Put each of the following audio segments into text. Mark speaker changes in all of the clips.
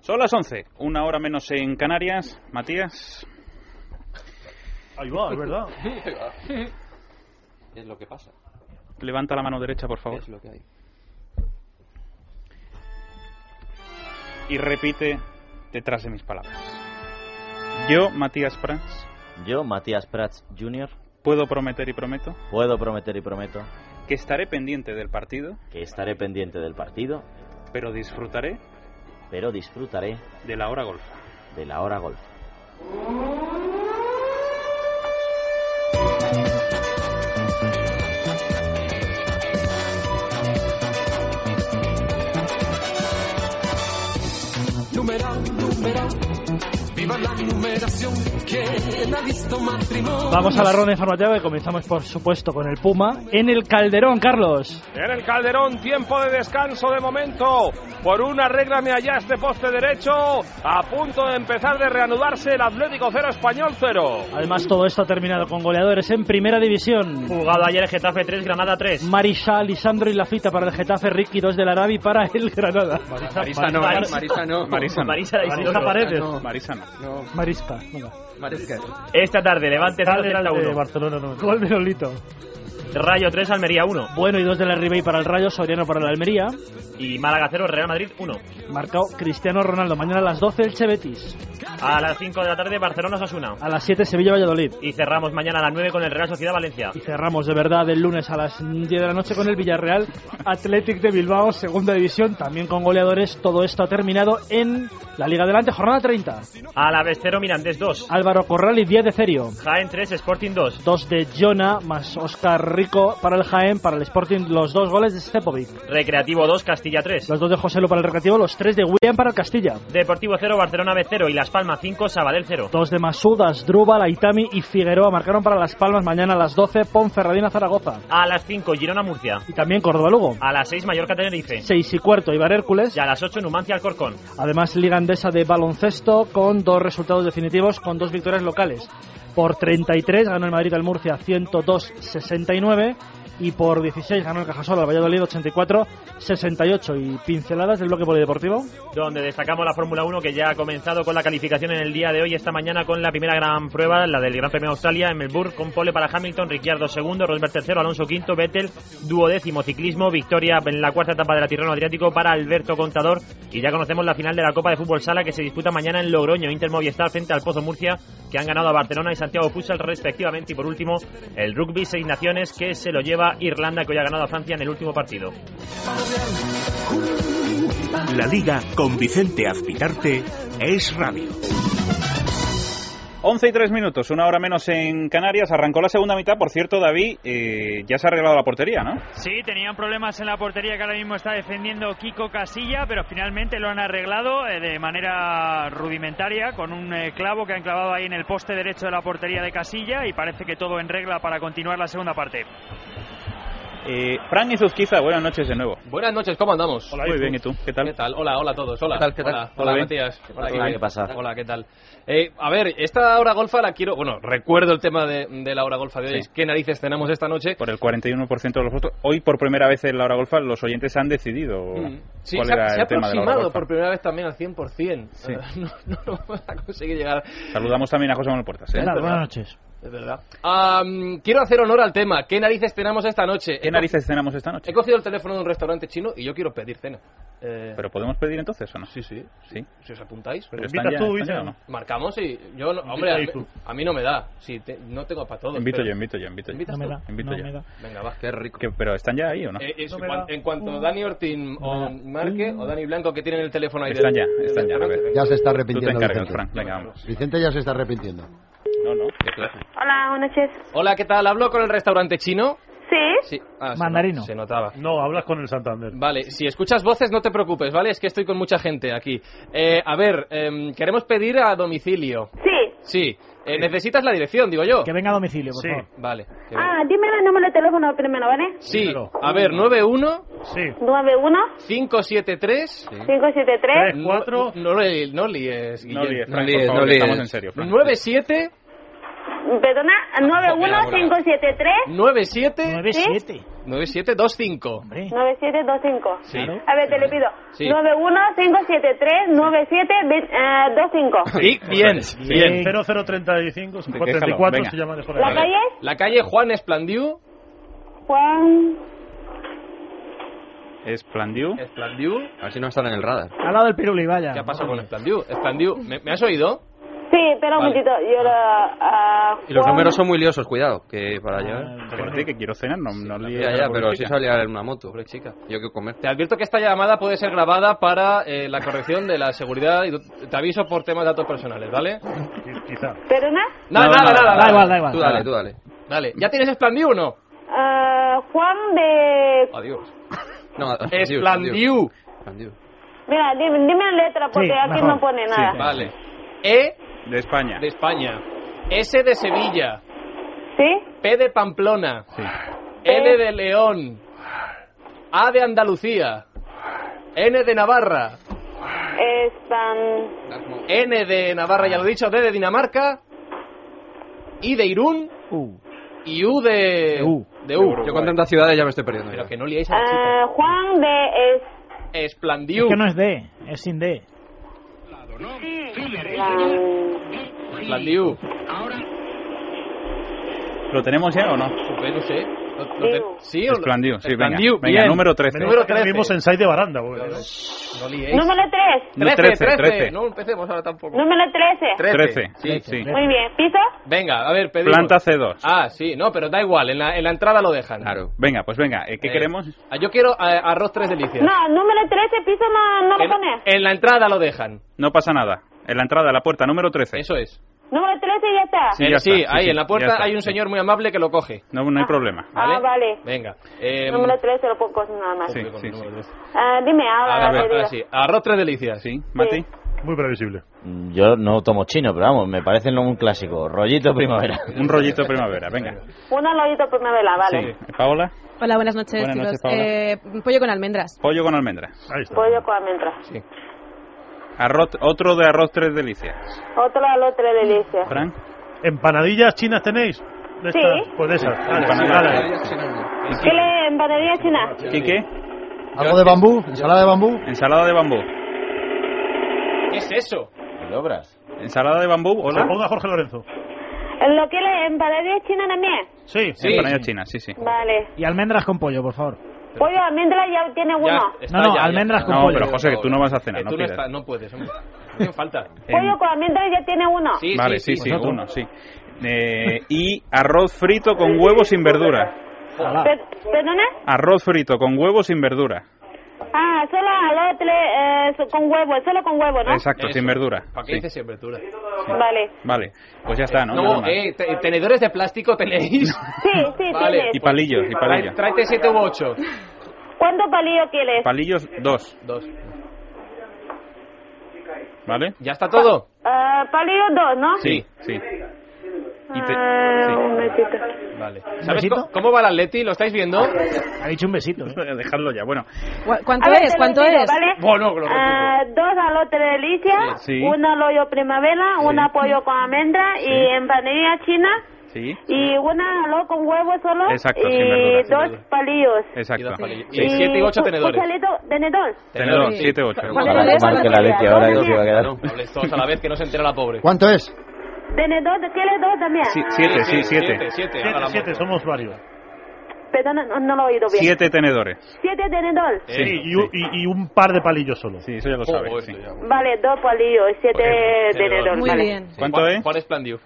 Speaker 1: Son las 11, una hora menos en Canarias. Matías.
Speaker 2: Ahí va, es verdad.
Speaker 3: Es lo que pasa.
Speaker 1: Levanta la mano derecha, por favor.
Speaker 3: Es lo que hay.
Speaker 1: Y repite detrás de mis palabras. Yo, Matías Prats,
Speaker 4: Yo, Matías Prats Jr.,
Speaker 1: puedo prometer y prometo
Speaker 4: puedo prometer y prometo
Speaker 1: que estaré pendiente del partido,
Speaker 4: que estaré pendiente del partido,
Speaker 1: pero disfrutaré
Speaker 4: pero disfrutaré
Speaker 1: de la hora golf.
Speaker 4: de la hora golf.
Speaker 5: numeral, numeral. Viva la numeración, quien ha visto matrimonio.
Speaker 2: Vamos a la ronda informativa y comenzamos, por supuesto, con el Puma en el Calderón, Carlos.
Speaker 6: En el Calderón, tiempo de descanso de momento. Por una regla me allá este poste derecho. A punto de empezar de reanudarse el Atlético 0 Español 0.
Speaker 2: Además, todo esto ha terminado con goleadores en primera división.
Speaker 7: Jugado ayer el Getafe 3, Granada 3.
Speaker 2: Marisa, Lisandro y Lafita para el Getafe, Ricky 2 del Arabi para el Granada. Marisa,
Speaker 3: Marisa no,
Speaker 2: Maris-
Speaker 3: Marisa
Speaker 1: Marisa no.
Speaker 3: no.
Speaker 7: Marisa la
Speaker 2: Marisa
Speaker 7: Isidoro.
Speaker 2: Paredes.
Speaker 3: ¿eh? no.
Speaker 1: Marisa no.
Speaker 3: No,
Speaker 2: Marispa, venga.
Speaker 3: Marisca.
Speaker 7: Esta tarde, Levante 0,
Speaker 2: Lateral
Speaker 7: Celta
Speaker 2: de
Speaker 7: 1.
Speaker 2: Barcelona, no. Gol de Lolito.
Speaker 7: Rayo 3, Almería 1.
Speaker 2: Bueno, y dos de la Ribey para el Rayo, Soriano para la Almería.
Speaker 7: Y Málaga 0, Real Madrid 1.
Speaker 2: Marcado Cristiano Ronaldo. Mañana a las 12 el Chebetis.
Speaker 7: A las 5 de la tarde, Barcelona Sasuna.
Speaker 2: A las 7 Sevilla Valladolid.
Speaker 7: Y cerramos mañana a las 9 con el Real Sociedad Valencia.
Speaker 2: Y cerramos de verdad el lunes a las 10 de la noche con el Villarreal Athletic de Bilbao, segunda división, también con goleadores. Todo esto ha terminado en la Liga Delante, jornada 30.
Speaker 7: A la vez 0, Mirandés 2.
Speaker 2: Álvaro Corral y 10 de Cerio.
Speaker 7: Jaén 3, Sporting 2.
Speaker 2: Dos de Jona más Oscar Rico para el Jaén, para el Sporting, los dos goles de Stepovic.
Speaker 7: Recreativo 2, Castilla 3.
Speaker 2: Los dos de José Lu para el Recreativo, los tres de William para el Castilla.
Speaker 7: Deportivo 0, Barcelona B 0. Y Las Palmas 5, Sabadell 0.
Speaker 2: Dos de Masudas, Drúbal, Aitami y Figueroa marcaron para Las Palmas mañana a las 12, Ponferradina, Zaragoza.
Speaker 7: A las 5, Girona Murcia.
Speaker 2: Y también Córdoba-Lugo.
Speaker 7: A las 6, Mallorca Tenerife.
Speaker 2: 6 y cuarto, Ibar Hércules.
Speaker 7: Y a las 8, Numancia Alcorcón.
Speaker 2: Además, Liga Andesa de baloncesto con dos resultados definitivos, con dos victorias locales. Por 33 ganó el Madrid al Murcia 102-69 y por 16 ganó el Cajasol al Valladolid 84-68. Y pinceladas del bloque polideportivo.
Speaker 7: donde destacamos la Fórmula 1 que ya ha comenzado con la calificación en el día de hoy, esta mañana con la primera gran prueba, la del Gran Premio de Australia en Melbourne, con pole para Hamilton, Ricciardo segundo, Rosberg tercero, Alonso quinto, Vettel duodécimo ciclismo, victoria en la cuarta etapa del Tirreno Adriático para Alberto Contador y ya conocemos la final de la Copa de Fútbol Sala que se disputa mañana en Logroño, Inter Movistar frente al Pozo Murcia que han ganado a Barcelona y Santiago Futsal respectivamente y por último el Rugby Seis Naciones que se lo lleva Irlanda que hoy ha ganado a Francia en el último partido.
Speaker 8: La Liga con Vicente Azpitarte es radio.
Speaker 1: 11 y 3 minutos, una hora menos en Canarias. Arrancó la segunda mitad, por cierto, David, eh, ya se ha arreglado la portería, ¿no?
Speaker 9: Sí, tenían problemas en la portería que ahora mismo está defendiendo Kiko Casilla, pero finalmente lo han arreglado eh, de manera rudimentaria con un eh, clavo que han clavado ahí en el poste derecho de la portería de Casilla y parece que todo en regla para continuar la segunda parte.
Speaker 1: Eh, Fran y Zuzquiza, buenas noches de nuevo.
Speaker 3: Buenas noches, ¿cómo andamos?
Speaker 1: Muy bien, ¿y tú? ¿Qué tal?
Speaker 3: ¿Qué tal? Hola, hola a todos. Hola,
Speaker 4: ¿Qué tal, qué tal?
Speaker 3: hola,
Speaker 4: ¿Todo
Speaker 3: hola
Speaker 4: bien?
Speaker 3: Matías. Hola,
Speaker 4: bien? ¿Qué pasa?
Speaker 3: Hola, ¿qué tal? Eh, a ver, esta hora golfa la quiero. Bueno, recuerdo el tema de, de la hora golfa de hoy.
Speaker 1: Sí.
Speaker 3: es ¿Qué narices tenemos esta noche?
Speaker 1: Por el 41% de los votos. Hoy, por primera vez en la hora golfa, los oyentes han decidido
Speaker 3: Mm. Sí,
Speaker 1: cuál
Speaker 3: se ha,
Speaker 1: era
Speaker 3: se ha
Speaker 1: el tema de la hora
Speaker 3: aproximado
Speaker 1: golfa.
Speaker 3: por primera vez también al 100%.
Speaker 1: Sí.
Speaker 3: No, no, lo vamos a conseguir llegar.
Speaker 1: Saludamos también a José Manuel Puertas. ¿eh?
Speaker 2: Nada, buenas noches.
Speaker 3: Es verdad. Am, quiero hacer honor al tema. ¿Qué narices tenemos esta noche?
Speaker 1: ¿Qué narices cenamos esta noche?
Speaker 3: He cogido el teléfono de un restaurante chino y yo quiero pedir cena. Eh,
Speaker 1: ¿Pero podemos pedir entonces o no?
Speaker 3: sí, sí.
Speaker 1: Sí.
Speaker 3: Si os apuntáis.
Speaker 1: Pero
Speaker 2: Invita
Speaker 1: están ya,
Speaker 2: tú,
Speaker 1: están ya,
Speaker 2: invita.
Speaker 1: ¿o
Speaker 3: Marcamos y yo, no-
Speaker 2: Invita
Speaker 3: hombre, a,
Speaker 2: ahí tú.
Speaker 3: a mí no me da. Sí, te- no tengo para todos.
Speaker 1: no? Invito
Speaker 3: pero-
Speaker 1: yo, invito yo, invito yo.
Speaker 3: ¿Invitas
Speaker 2: No me
Speaker 3: tú?
Speaker 2: da,
Speaker 1: Invito
Speaker 2: no
Speaker 1: ya.
Speaker 2: me da.
Speaker 3: Venga, va, qué rico.
Speaker 1: Que- ¿Pero están ya ahí o no?
Speaker 3: Eh, eso,
Speaker 2: No me
Speaker 3: cuan-
Speaker 2: da.
Speaker 3: en cuanto Dani Ortín o Marque o Dani Blanco que tienen el teléfono ahí
Speaker 1: Están
Speaker 3: del-
Speaker 1: ya, están ya, a ver.
Speaker 3: venga.
Speaker 10: Ya se está
Speaker 1: Tú te
Speaker 10: arrepintiendo.
Speaker 1: encargas,
Speaker 10: Vicente.
Speaker 1: Fran. Venga, vamos.
Speaker 10: Vicente ya se está arrepintiendo.
Speaker 1: No, no.
Speaker 11: Hola, buenas noches.
Speaker 3: Hola, ¿qué tal? ¿Hablo con el restaurante chino?
Speaker 11: Sí,
Speaker 3: Sí. Ah, se
Speaker 2: Mandarino.
Speaker 3: no- Se notaba.
Speaker 2: No, hablas con el Santander.
Speaker 3: Vale, si escuchas voces no te preocupes, ¿vale? Es que estoy con mucha gente aquí. Eh, a ver, em, queremos pedir a domicilio.
Speaker 11: sí.
Speaker 3: Sí, eh, necesitas la dirección, digo yo.
Speaker 2: Que venga a domicilio, por
Speaker 7: Sí.
Speaker 2: favor.
Speaker 3: Vale. que venga.
Speaker 11: Ah, dime el número de teléfono primero, ¿vale?
Speaker 3: Sí,
Speaker 2: dímelo.
Speaker 3: a ver, 91
Speaker 2: Sí.
Speaker 11: 91
Speaker 3: 573
Speaker 11: 573
Speaker 3: 4 no, no, li- no líes,
Speaker 1: No
Speaker 3: Guillem.
Speaker 1: líes,
Speaker 3: No
Speaker 1: Fran, por
Speaker 3: líes,
Speaker 1: favor,
Speaker 3: no
Speaker 1: que estamos
Speaker 3: líes.
Speaker 1: en serio, Fran.
Speaker 3: 97
Speaker 11: Perdona, 91 573
Speaker 3: 97
Speaker 2: 9-7.
Speaker 3: 9-7 9725.
Speaker 11: 9725.
Speaker 3: Sí.
Speaker 11: A ver, te le pido.
Speaker 3: Sí.
Speaker 11: 915739725.
Speaker 3: Sí, bien, bien.
Speaker 10: 00035, 54 se llaman eso.
Speaker 11: ¿La calle?
Speaker 3: La calle Juan Esplandiu.
Speaker 11: Juan.
Speaker 1: Esplandiu.
Speaker 3: Esplandiu. A ver si no están en el radar.
Speaker 2: Al lado del Piruli, vaya.
Speaker 3: ¿Qué ha pasado con Esplandiu? Esplandiu, ¿me, me has oído?
Speaker 11: Sí, espera un
Speaker 3: Vale.
Speaker 11: momentito. Yo la. ah,
Speaker 12: Y los
Speaker 11: Juan-
Speaker 12: números son muy liosos, cuidado, que
Speaker 3: Ah,
Speaker 12: para llegar.
Speaker 1: Espérate, Ah, que quiero cenar, no, no líes
Speaker 12: Ya,
Speaker 1: la
Speaker 12: ya, pero si
Speaker 1: política.
Speaker 12: salía en una moto, hombre, chica. Yo quiero comer.
Speaker 3: Te advierto que esta llamada puede ser grabada para eh, la corrección de la seguridad y te aviso por temas de datos personales, ¿vale?
Speaker 10: Quizá.
Speaker 11: ¿Perdona?
Speaker 3: No, nada, nada, nada.
Speaker 2: Da igual, da igual.
Speaker 12: Tú dale, tú dale.
Speaker 3: Dale, ¿ya tienes Esplandiu o no?
Speaker 11: Ah, Juan de.
Speaker 3: Adiós.
Speaker 12: No,
Speaker 3: Esplandiu.
Speaker 12: Esplandiu.
Speaker 11: Mira, dime, dime la letra porque
Speaker 2: Sí,
Speaker 11: aquí
Speaker 2: mejor.
Speaker 11: no pone nada.
Speaker 3: Vale. E
Speaker 1: De España.
Speaker 3: de España. S de Sevilla.
Speaker 11: ¿Sí?
Speaker 3: P de Pamplona.
Speaker 1: Sí.
Speaker 3: L de León. A de Andalucía. N de Navarra.
Speaker 11: Están.
Speaker 3: N de Navarra, ya lo he dicho. D de Dinamarca. I de Irún. Y U de...
Speaker 2: De U.
Speaker 3: de U.
Speaker 12: Yo con tantas ciudades ya me estoy perdiendo.
Speaker 3: Pero
Speaker 12: ya.
Speaker 3: que no liéis a la chica.
Speaker 11: ah, Juan de. Es...
Speaker 3: Esplandiu.
Speaker 2: Es que no es D, es sin D.
Speaker 11: Plan-
Speaker 3: Esplandiu.
Speaker 1: ¿Lo tenemos ya o no?
Speaker 3: Supe, no sé. Lo- lo te-
Speaker 11: Diu.
Speaker 3: ¿Sí o lo-
Speaker 1: Esplandiu, sí, venga.
Speaker 3: Esplandiu,
Speaker 1: Venga,
Speaker 3: bien.
Speaker 1: número 13.
Speaker 3: Número
Speaker 10: Que vimos
Speaker 3: 13.
Speaker 10: en Sai de Baranda. güey.
Speaker 3: No liéis.
Speaker 11: Número 3.
Speaker 1: No,
Speaker 3: 13,
Speaker 1: 13,
Speaker 3: 13.
Speaker 1: 13.
Speaker 3: No empecemos ahora tampoco.
Speaker 11: Número 13.
Speaker 1: 13. Sí,
Speaker 3: Sí,
Speaker 1: sí.
Speaker 11: Muy bien. ¿Piso?
Speaker 3: Venga, a ver, pedimos.
Speaker 1: Planta C2.
Speaker 3: Ah, sí, no, pero da igual, en la, en la entrada lo dejan.
Speaker 12: Claro.
Speaker 1: Venga, pues venga, eh, ¿qué
Speaker 3: Eh,
Speaker 1: queremos?
Speaker 3: ah, Yo quiero eh, arroz tres delicias.
Speaker 11: No, número 13, piso no, no lo
Speaker 3: en,
Speaker 11: pone.
Speaker 3: en la entrada lo dejan.
Speaker 1: No pasa nada. En la entrada, la puerta, número 13.
Speaker 3: Eso es.
Speaker 11: Número 13 ya está.
Speaker 1: Sí,
Speaker 3: Eh,
Speaker 1: ya
Speaker 3: sí,
Speaker 1: está, sí,
Speaker 3: ahí
Speaker 1: sí,
Speaker 3: en la puerta
Speaker 1: ya está,
Speaker 3: hay un
Speaker 1: sí.
Speaker 3: señor muy amable que lo coge.
Speaker 1: No, no hay problema.
Speaker 3: ¿Vale?
Speaker 11: Ah, vale.
Speaker 3: Venga. Eh,
Speaker 11: número 13 lo puedo cocinar nada más.
Speaker 1: Em, Sí,
Speaker 3: con
Speaker 1: sí,
Speaker 3: el número
Speaker 1: sí.
Speaker 3: tres.
Speaker 11: Ah, dime, ahora.
Speaker 3: A ver,
Speaker 11: te digo.
Speaker 3: ahora sí. Arroz tres delicias.
Speaker 1: Sí, Mati.
Speaker 10: Muy previsible.
Speaker 4: Mm, Yo no tomo chino, pero vamos, me parece no un clásico. Rollito primavera.
Speaker 1: Un rollito primavera, venga.
Speaker 11: Un aloyito primavera, vale.
Speaker 1: Sí. Paola,
Speaker 13: Hola, buenas noches,
Speaker 1: Buenas noches,
Speaker 13: chicos.
Speaker 1: Paola.
Speaker 13: Eh, pollo con almendras.
Speaker 1: pollo con almendras.
Speaker 10: Ahí está.
Speaker 11: Pollo con almendras.
Speaker 3: Sí.
Speaker 1: Arroz, otro de arroz tres delicias.
Speaker 11: Otro aloe, tres delicias.
Speaker 1: Frank,
Speaker 10: ¿Empanadillas chinas tenéis? De
Speaker 11: Sí.
Speaker 10: estas, Pues de esas. Dale,
Speaker 1: Empanadillas.
Speaker 10: dale.
Speaker 11: ¿Qué le empanaría china?
Speaker 1: Quique,
Speaker 14: ¿Algo de bambú? ¿Ensalada de bambú?
Speaker 1: ensalada de bambú.
Speaker 3: ¿Qué es eso?
Speaker 4: obras?
Speaker 1: ¿Ensalada de bambú?
Speaker 10: Se
Speaker 1: Hola.
Speaker 10: ponga Jorge Lorenzo.
Speaker 11: ¿Lo que le empanaría china también?
Speaker 10: Sí.
Speaker 3: Sí.
Speaker 1: Empanada china, sí, sí.
Speaker 11: Vale.
Speaker 2: Y almendras con pollo, por favor.
Speaker 11: Pollo almendra ya tiene uno.
Speaker 3: está,
Speaker 2: No, no, almendras
Speaker 1: con No, pollo. pero, José, que tú no vas a cenar,
Speaker 3: Que
Speaker 1: no
Speaker 3: tú no,
Speaker 1: pidas.
Speaker 3: estás- no puedes, hombre. Hacen falta.
Speaker 11: Pollo con almendra ya tiene uno.
Speaker 3: Sí,
Speaker 1: Vale, sí, sí, uno, sí. Eh, y arroz frito con huevo sin verdura.
Speaker 11: Per- ¿Perdona?
Speaker 1: Arroz frito con huevo sin verdura.
Speaker 11: Ah, solo aloe tres, eh, so- con huevo, solo con huevo, ¿no?
Speaker 1: Exacto,
Speaker 3: Ah, Eso.
Speaker 1: sin verdura.
Speaker 3: ¿Para qué
Speaker 1: Sí,
Speaker 3: dices siempre tú?
Speaker 11: Vale.
Speaker 1: Vale, pues ya está, ¿no? Nada
Speaker 3: No,
Speaker 1: más.
Speaker 3: eh, te- tenedores de plástico tenéis.
Speaker 11: Sí, sí,
Speaker 3: Vale.
Speaker 1: Y
Speaker 11: tienes.
Speaker 1: palillos, y
Speaker 3: Trae-
Speaker 1: palillos.
Speaker 3: Tráete siete u ocho.
Speaker 11: ¿Cuántos palillos quieres?
Speaker 1: Palillos dos,
Speaker 3: Dos.
Speaker 1: ¿vale?
Speaker 3: ¿Ya está todo?
Speaker 11: Ah, palillos dos, ¿no?
Speaker 1: Sí, sí. Y te-
Speaker 11: Ah,
Speaker 1: sí.
Speaker 11: un momentito.
Speaker 3: Vale. ¿Sabes
Speaker 2: besito?
Speaker 3: co- cómo va el Atleti? ¿Lo estáis viendo?
Speaker 2: Ha dicho un besito. ¿eh?
Speaker 1: Dejadlo ya, bueno.
Speaker 13: Gua- ¿Cuánto
Speaker 11: A ver,
Speaker 13: es?
Speaker 11: te lo
Speaker 13: ¿Cuánto
Speaker 11: digo,
Speaker 13: es?
Speaker 11: ¿vale?
Speaker 3: Bueno, lo
Speaker 11: Ah, dos alote delicia,
Speaker 1: Sí, sí.
Speaker 11: un aloyo primavera, un pollo con almendra y empanadilla china
Speaker 1: Sí,
Speaker 11: y una aloe con huevo solo
Speaker 1: Exacto,
Speaker 11: y
Speaker 1: sin verdura, sin
Speaker 11: dos
Speaker 1: verdura.
Speaker 11: palillos.
Speaker 3: Y
Speaker 1: exacto.
Speaker 3: dos palillos.
Speaker 1: Sí.
Speaker 3: Y siete y ocho
Speaker 11: un-
Speaker 3: tenedores.
Speaker 11: Un chalito- tenedor.
Speaker 1: Tenedor,
Speaker 13: Sí.
Speaker 1: 7, 8.
Speaker 13: ¿Cuál
Speaker 4: Ojalá
Speaker 13: es?
Speaker 4: que marque la leche ahora que no se iba a
Speaker 3: Claro,
Speaker 4: quedar.
Speaker 3: hables todos a la vez que no se entera la pobre.
Speaker 14: ¿Cuánto es?
Speaker 11: Tenedor, ¿quieres dos también?
Speaker 1: 7, sí,
Speaker 3: Siete,
Speaker 1: 7.
Speaker 3: siete,
Speaker 10: Siete,
Speaker 3: ahora la
Speaker 10: siete,
Speaker 3: moto.
Speaker 10: somos varios.
Speaker 11: Perdona, no, no lo he oído bien.
Speaker 1: 7 tenedores.
Speaker 11: Siete tenedor.
Speaker 3: Eh,
Speaker 10: Sí, y, un- y- y un par de palillos solo.
Speaker 1: Sí, eso ya lo
Speaker 3: oh,
Speaker 1: sabes.
Speaker 3: esto
Speaker 1: sí.
Speaker 3: ya.
Speaker 11: Vale, dos palillos, siete
Speaker 3: Pues,
Speaker 11: tenedor.
Speaker 13: Muy
Speaker 11: vale.
Speaker 13: bien.
Speaker 1: ¿Cuánto
Speaker 3: Juan-
Speaker 1: es?
Speaker 3: Juan Esplandiu.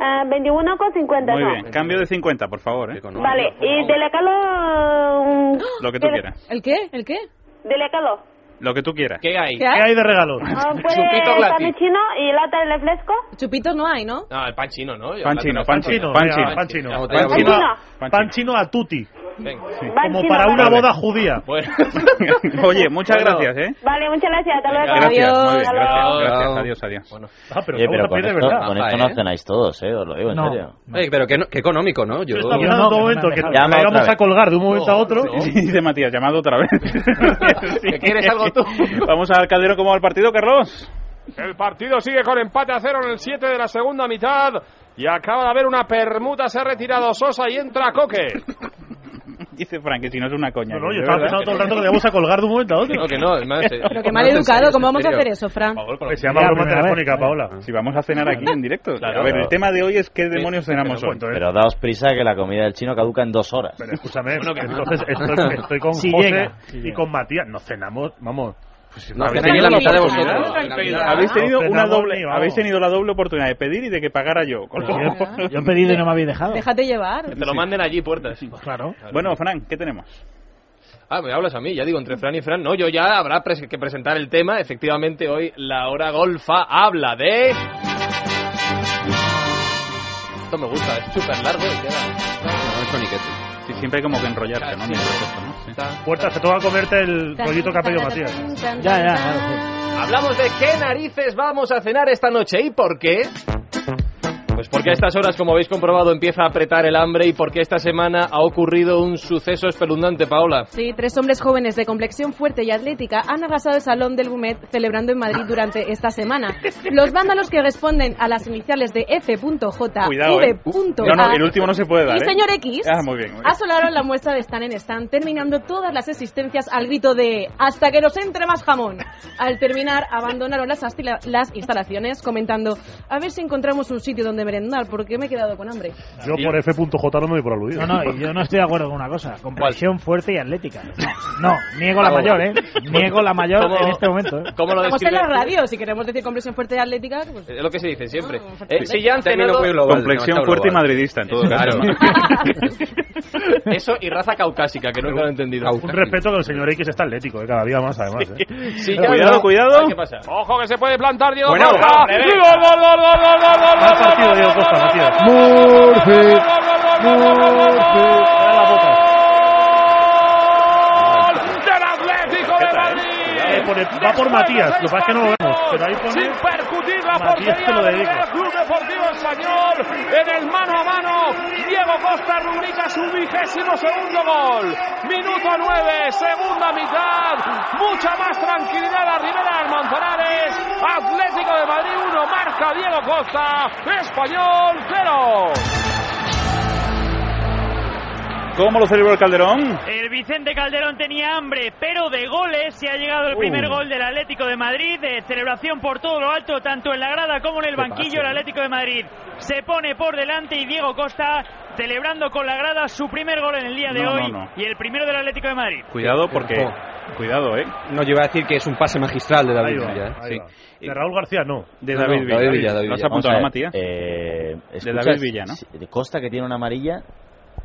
Speaker 11: Ah, 21,50,
Speaker 1: Muy
Speaker 11: ¿no?
Speaker 1: bien. Cambio de 50, por favor, ¿eh?
Speaker 11: Vale, y dele calor.
Speaker 1: Lo que tú
Speaker 11: dele-
Speaker 1: quieras.
Speaker 13: ¿El qué? ¿El qué?
Speaker 11: Dele calor.
Speaker 1: Lo que tú quieras.
Speaker 3: ¿Qué hay?
Speaker 13: ¿Qué
Speaker 10: ¿Qué
Speaker 13: hay?
Speaker 10: hay de regalo?
Speaker 11: Ah, ¿Puede
Speaker 3: Chupito gratis.
Speaker 11: pan chino y lata de refresco?
Speaker 13: Chupitos no hay, ¿no?
Speaker 3: No, el pan chino, ¿no? Yo
Speaker 1: Pan
Speaker 3: hablando
Speaker 1: chino,
Speaker 3: de
Speaker 1: pan
Speaker 10: chino,
Speaker 1: chino, pan
Speaker 10: venga,
Speaker 1: chino.
Speaker 10: pan chino.
Speaker 3: La botella
Speaker 1: Pan
Speaker 11: Pan
Speaker 1: chino.
Speaker 11: chino.
Speaker 10: Pan chino a tutti.
Speaker 3: Venga.
Speaker 11: Pan
Speaker 10: Como
Speaker 11: chino,
Speaker 10: para
Speaker 11: vale.
Speaker 10: una boda judía.
Speaker 3: Bueno.
Speaker 1: Oye, muchas
Speaker 3: Bueno.
Speaker 1: gracias, ¿eh?
Speaker 11: Vale, muchas gracias. Hasta luego.
Speaker 1: Gracias, muy bien,
Speaker 13: Adiós.
Speaker 1: gracias, gracias,
Speaker 12: Chao.
Speaker 1: adiós, adiós.
Speaker 3: Bueno,
Speaker 10: Ah, pero, qué
Speaker 4: Oye, Eh, pero
Speaker 10: buena
Speaker 4: con
Speaker 10: piel, de
Speaker 4: esto,
Speaker 10: verdad.
Speaker 4: con
Speaker 12: Rafa,
Speaker 4: esto no
Speaker 12: ¿eh?
Speaker 4: cenáis todos, ¿eh? Os lo digo en
Speaker 2: No.
Speaker 4: serio.
Speaker 12: Oye, Eh, pero que, no- que económico, ¿no? Yo...
Speaker 10: Yo estaba
Speaker 2: Yo
Speaker 10: pensando
Speaker 2: no, que
Speaker 10: un
Speaker 2: no
Speaker 10: momento
Speaker 2: me
Speaker 10: que
Speaker 2: dejaron.
Speaker 4: Llama
Speaker 10: la íbamos
Speaker 4: otra
Speaker 10: a colgar de un momento a otro.
Speaker 3: No.
Speaker 1: Dice Matías, llamado otra vez.
Speaker 3: ¿Que quieres algo tú?
Speaker 1: Vamos al caldero como al partido, Carlos.
Speaker 6: El partido sigue con empate a cero en el 7 de la segunda mitad. Y acaba de haber una permuta, se ha retirado Sosa y entra Coque.
Speaker 1: Dice Frank que si no es una coña.
Speaker 10: No, no, yo estaba pensando todo el rato que le íbamos a colgar de un momento a otro.
Speaker 1: No,
Speaker 12: que no,
Speaker 13: Pero que mal educado, ¿cómo vamos a hacer eso, Fran?
Speaker 10: Pues
Speaker 1: se llama broma telefónica,
Speaker 10: Paola.
Speaker 1: Si vamos a cenar aquí en directo.
Speaker 4: Claro.
Speaker 1: a ver, el tema de hoy es qué demonios cenamos eh. hoy.
Speaker 4: Pero daos prisa que la comida del chino caduca en dos horas.
Speaker 10: Pero escúchame, entonces estoy, estoy con
Speaker 4: Si
Speaker 10: José
Speaker 4: llega, si
Speaker 10: y
Speaker 4: llega.
Speaker 10: con Matías. Nos cenamos, vamos. Pues si
Speaker 1: No,
Speaker 10: habéis
Speaker 1: tenéis
Speaker 10: tenido
Speaker 1: la mitad de
Speaker 10: oportunidad.
Speaker 1: vosotros.
Speaker 10: Tranquilidad.
Speaker 1: Habéis tenido
Speaker 10: No
Speaker 1: una
Speaker 10: cenamos
Speaker 1: doble,
Speaker 10: ni, vamos.
Speaker 1: habéis tenido la doble oportunidad de pedir y de que pagara yo. Con lo cual-
Speaker 2: Yo he pedido y no me habéis dejado.
Speaker 13: Déjate llevar.
Speaker 3: Te lo manden allí, puertas.
Speaker 2: Claro.
Speaker 1: Bueno, Fran, ¿qué tenemos?
Speaker 3: Ah, me hablas a mí, ya digo, entre Fran y Fran. No, yo ya habrá pres- que presentar el tema. Efectivamente, hoy la hora golfa habla de. Esto me gusta, es súper largo. y queda-
Speaker 1: Sí, siempre como que enrollarse, ¿no?
Speaker 10: Puertas, se te va a comerte el rollito que ha pedido Matías.
Speaker 3: Ya, ya, Hablamos de qué narices vamos a cenar esta noche y por qué. Pues porque a estas horas, como habéis comprobado, empieza a apretar el hambre y porque esta semana ha ocurrido un suceso espeluznante, Paola.
Speaker 13: Sí, tres hombres jóvenes de complexión fuerte y atlética han arrasado el Salón del Bumet celebrando en Madrid durante esta semana. Los vándalos que responden a las iniciales de F.J.
Speaker 1: Cuidado, eh. No, no, el último no se puede dar,
Speaker 13: y
Speaker 1: ¿eh?
Speaker 13: señor X
Speaker 1: Ah, muy bien, muy bien.
Speaker 13: asolaron la muestra de Stan en Stan, terminando todas las existencias al grito de ¡Hasta que nos entre más jamón! Al terminar, abandonaron las, astila- las instalaciones comentando a ver si encontramos un sitio donde merendar porque me he quedado con hambre.
Speaker 10: Yo por F.J no me doy por aludido.
Speaker 2: No, no, y yo no estoy de acuerdo con una cosa. Complexión fuerte y atlética. No, niego la mayor, ¿eh? Niego la mayor
Speaker 3: ¿Cómo-
Speaker 2: en este momento. ¿eh?
Speaker 3: ¿Cómo lo
Speaker 13: Estamos en
Speaker 3: describe?
Speaker 13: la radio, si queremos decir complexión fuerte y atlética, pues...
Speaker 3: Es lo que se dice siempre.
Speaker 13: Ah,
Speaker 3: Eh, si ya han
Speaker 12: Término
Speaker 3: cenado...
Speaker 12: muy global,
Speaker 1: Complexión
Speaker 12: demasiado
Speaker 1: fuerte y
Speaker 12: global.
Speaker 1: madridista, en todo
Speaker 12: Claro.
Speaker 3: Eso y raza caucásica, que nunca lo he entendido.
Speaker 10: Un respeto que el señor X está atlético, eh, cada día más además. eh.
Speaker 3: Sí, ya
Speaker 10: Cuidado,
Speaker 3: no.
Speaker 10: cuidado.
Speaker 3: Ay, ¿Qué pasa?
Speaker 6: Ojo que se puede plantar Diego
Speaker 10: Bueno,
Speaker 6: Costa.
Speaker 10: hombre,
Speaker 6: ¡Gol,
Speaker 10: venga.
Speaker 6: gol, gol, gol, gol, gol, gol,
Speaker 10: Mal
Speaker 6: gol,
Speaker 10: partido,
Speaker 6: gol,
Speaker 10: Diego
Speaker 6: gol,
Speaker 10: Costa,
Speaker 6: gol,
Speaker 10: Matías.
Speaker 6: gol del Atlético de
Speaker 10: Eh,
Speaker 6: Madrid!
Speaker 10: por el- va por Matías, lo que pasa es que no lo vemos. Pero ahí pone
Speaker 6: Sin percutir la
Speaker 10: Matías, te
Speaker 6: portería
Speaker 10: lo dedico.
Speaker 6: del Club Deportivo Español en el mano a mano. Diego Costa rubrica su vigésimo segundo gol. Minuto 9, segunda mitad. Mucha más tranquilidad a Rivera del Manzanares. Atlético de Madrid 1, marca Diego Costa. Español 0.
Speaker 1: ¿Cómo lo celebró el Calderón?
Speaker 10: Eh,
Speaker 9: El Vicente Calderón tenía hambre, pero de goles se ha llegado el primer gol del Atlético de Madrid. De celebración por todo lo alto, tanto en la grada como en el banquillo. el Atlético de Madrid se pone por delante y Diego Costa celebrando con la grada su primer gol en el día de
Speaker 1: No, no,
Speaker 9: hoy
Speaker 1: no.
Speaker 9: y el primero del Atlético de Madrid.
Speaker 1: Cuidado porque... Cuidado, ¿eh?
Speaker 12: Oh. No, yo iba a decir que es un pase magistral de David
Speaker 10: Ahí va,
Speaker 12: Villa. ¿eh?
Speaker 10: ahí
Speaker 12: Sí.
Speaker 10: va. De Raúl García no.
Speaker 1: De
Speaker 12: No, no,
Speaker 1: David Villa.
Speaker 12: David Villa, David
Speaker 1: ¿Lo has
Speaker 12: Villa.
Speaker 1: apuntado,
Speaker 4: Vamos a ver,
Speaker 1: Matías?
Speaker 4: eh, escuchas,
Speaker 1: David Villa, ¿no?
Speaker 4: si- Costa que tiene una amarilla,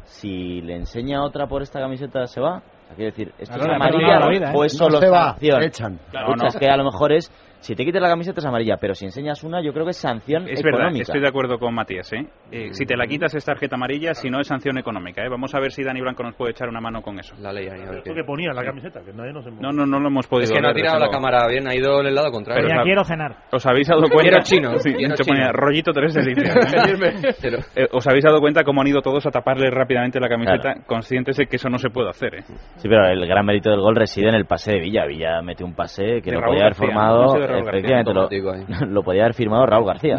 Speaker 4: si le enseña otra por esta camiseta se va. O sea, quiero decir, esto
Speaker 14: Claro,
Speaker 4: es
Speaker 14: le ha
Speaker 4: amarilla
Speaker 14: perdonado la vida, ¿eh?
Speaker 4: o es
Speaker 14: No
Speaker 4: solo
Speaker 14: se va,
Speaker 4: sanción.
Speaker 14: le echan.
Speaker 1: Claro,
Speaker 4: Escuchas
Speaker 1: no.
Speaker 4: que a lo mejor es, si te quitas la camiseta es amarilla, pero si enseñas una yo creo que es sanción
Speaker 1: Es
Speaker 4: económica.
Speaker 1: verdad, estoy de acuerdo con Matías. ¿eh? Eh, si te la quitas es tarjeta amarilla, si no es sanción económica. ¿eh? Vamos a ver si Dani Blanco nos puede echar una mano con eso.
Speaker 12: La ley ahí, a ver
Speaker 10: Esto
Speaker 12: qué-
Speaker 10: que ponía en la camiseta, que nadie nos
Speaker 1: No, no, no lo hemos podido
Speaker 12: Es que no ha
Speaker 1: ver,
Speaker 12: tirado
Speaker 1: desde
Speaker 12: la
Speaker 1: luego.
Speaker 12: cámara bien, ha ido del lado contrario.
Speaker 1: Pero ya
Speaker 2: Quiero cenar.
Speaker 1: ¿Os habéis dado
Speaker 12: Quiero
Speaker 1: cuenta?
Speaker 12: chino,
Speaker 1: Sí,
Speaker 12: quiero
Speaker 1: se
Speaker 12: chino.
Speaker 1: ponía rollito 3 delicias.
Speaker 12: Pero-
Speaker 1: Eh, ¿Os habéis dado cuenta cómo han ido todos a taparle rápidamente la camiseta? Conscientes de que eso no se puede hacer. ¿eh?
Speaker 4: Sí, pero el gran mérito del gol reside en el pase de Villa. Villa mete un pase que
Speaker 1: De
Speaker 4: lo
Speaker 1: Raúl
Speaker 4: podía haber
Speaker 1: García,
Speaker 4: formado.
Speaker 1: no sé de Raúl García,
Speaker 4: efectivamente, lo, lo podía haber firmado Raúl García.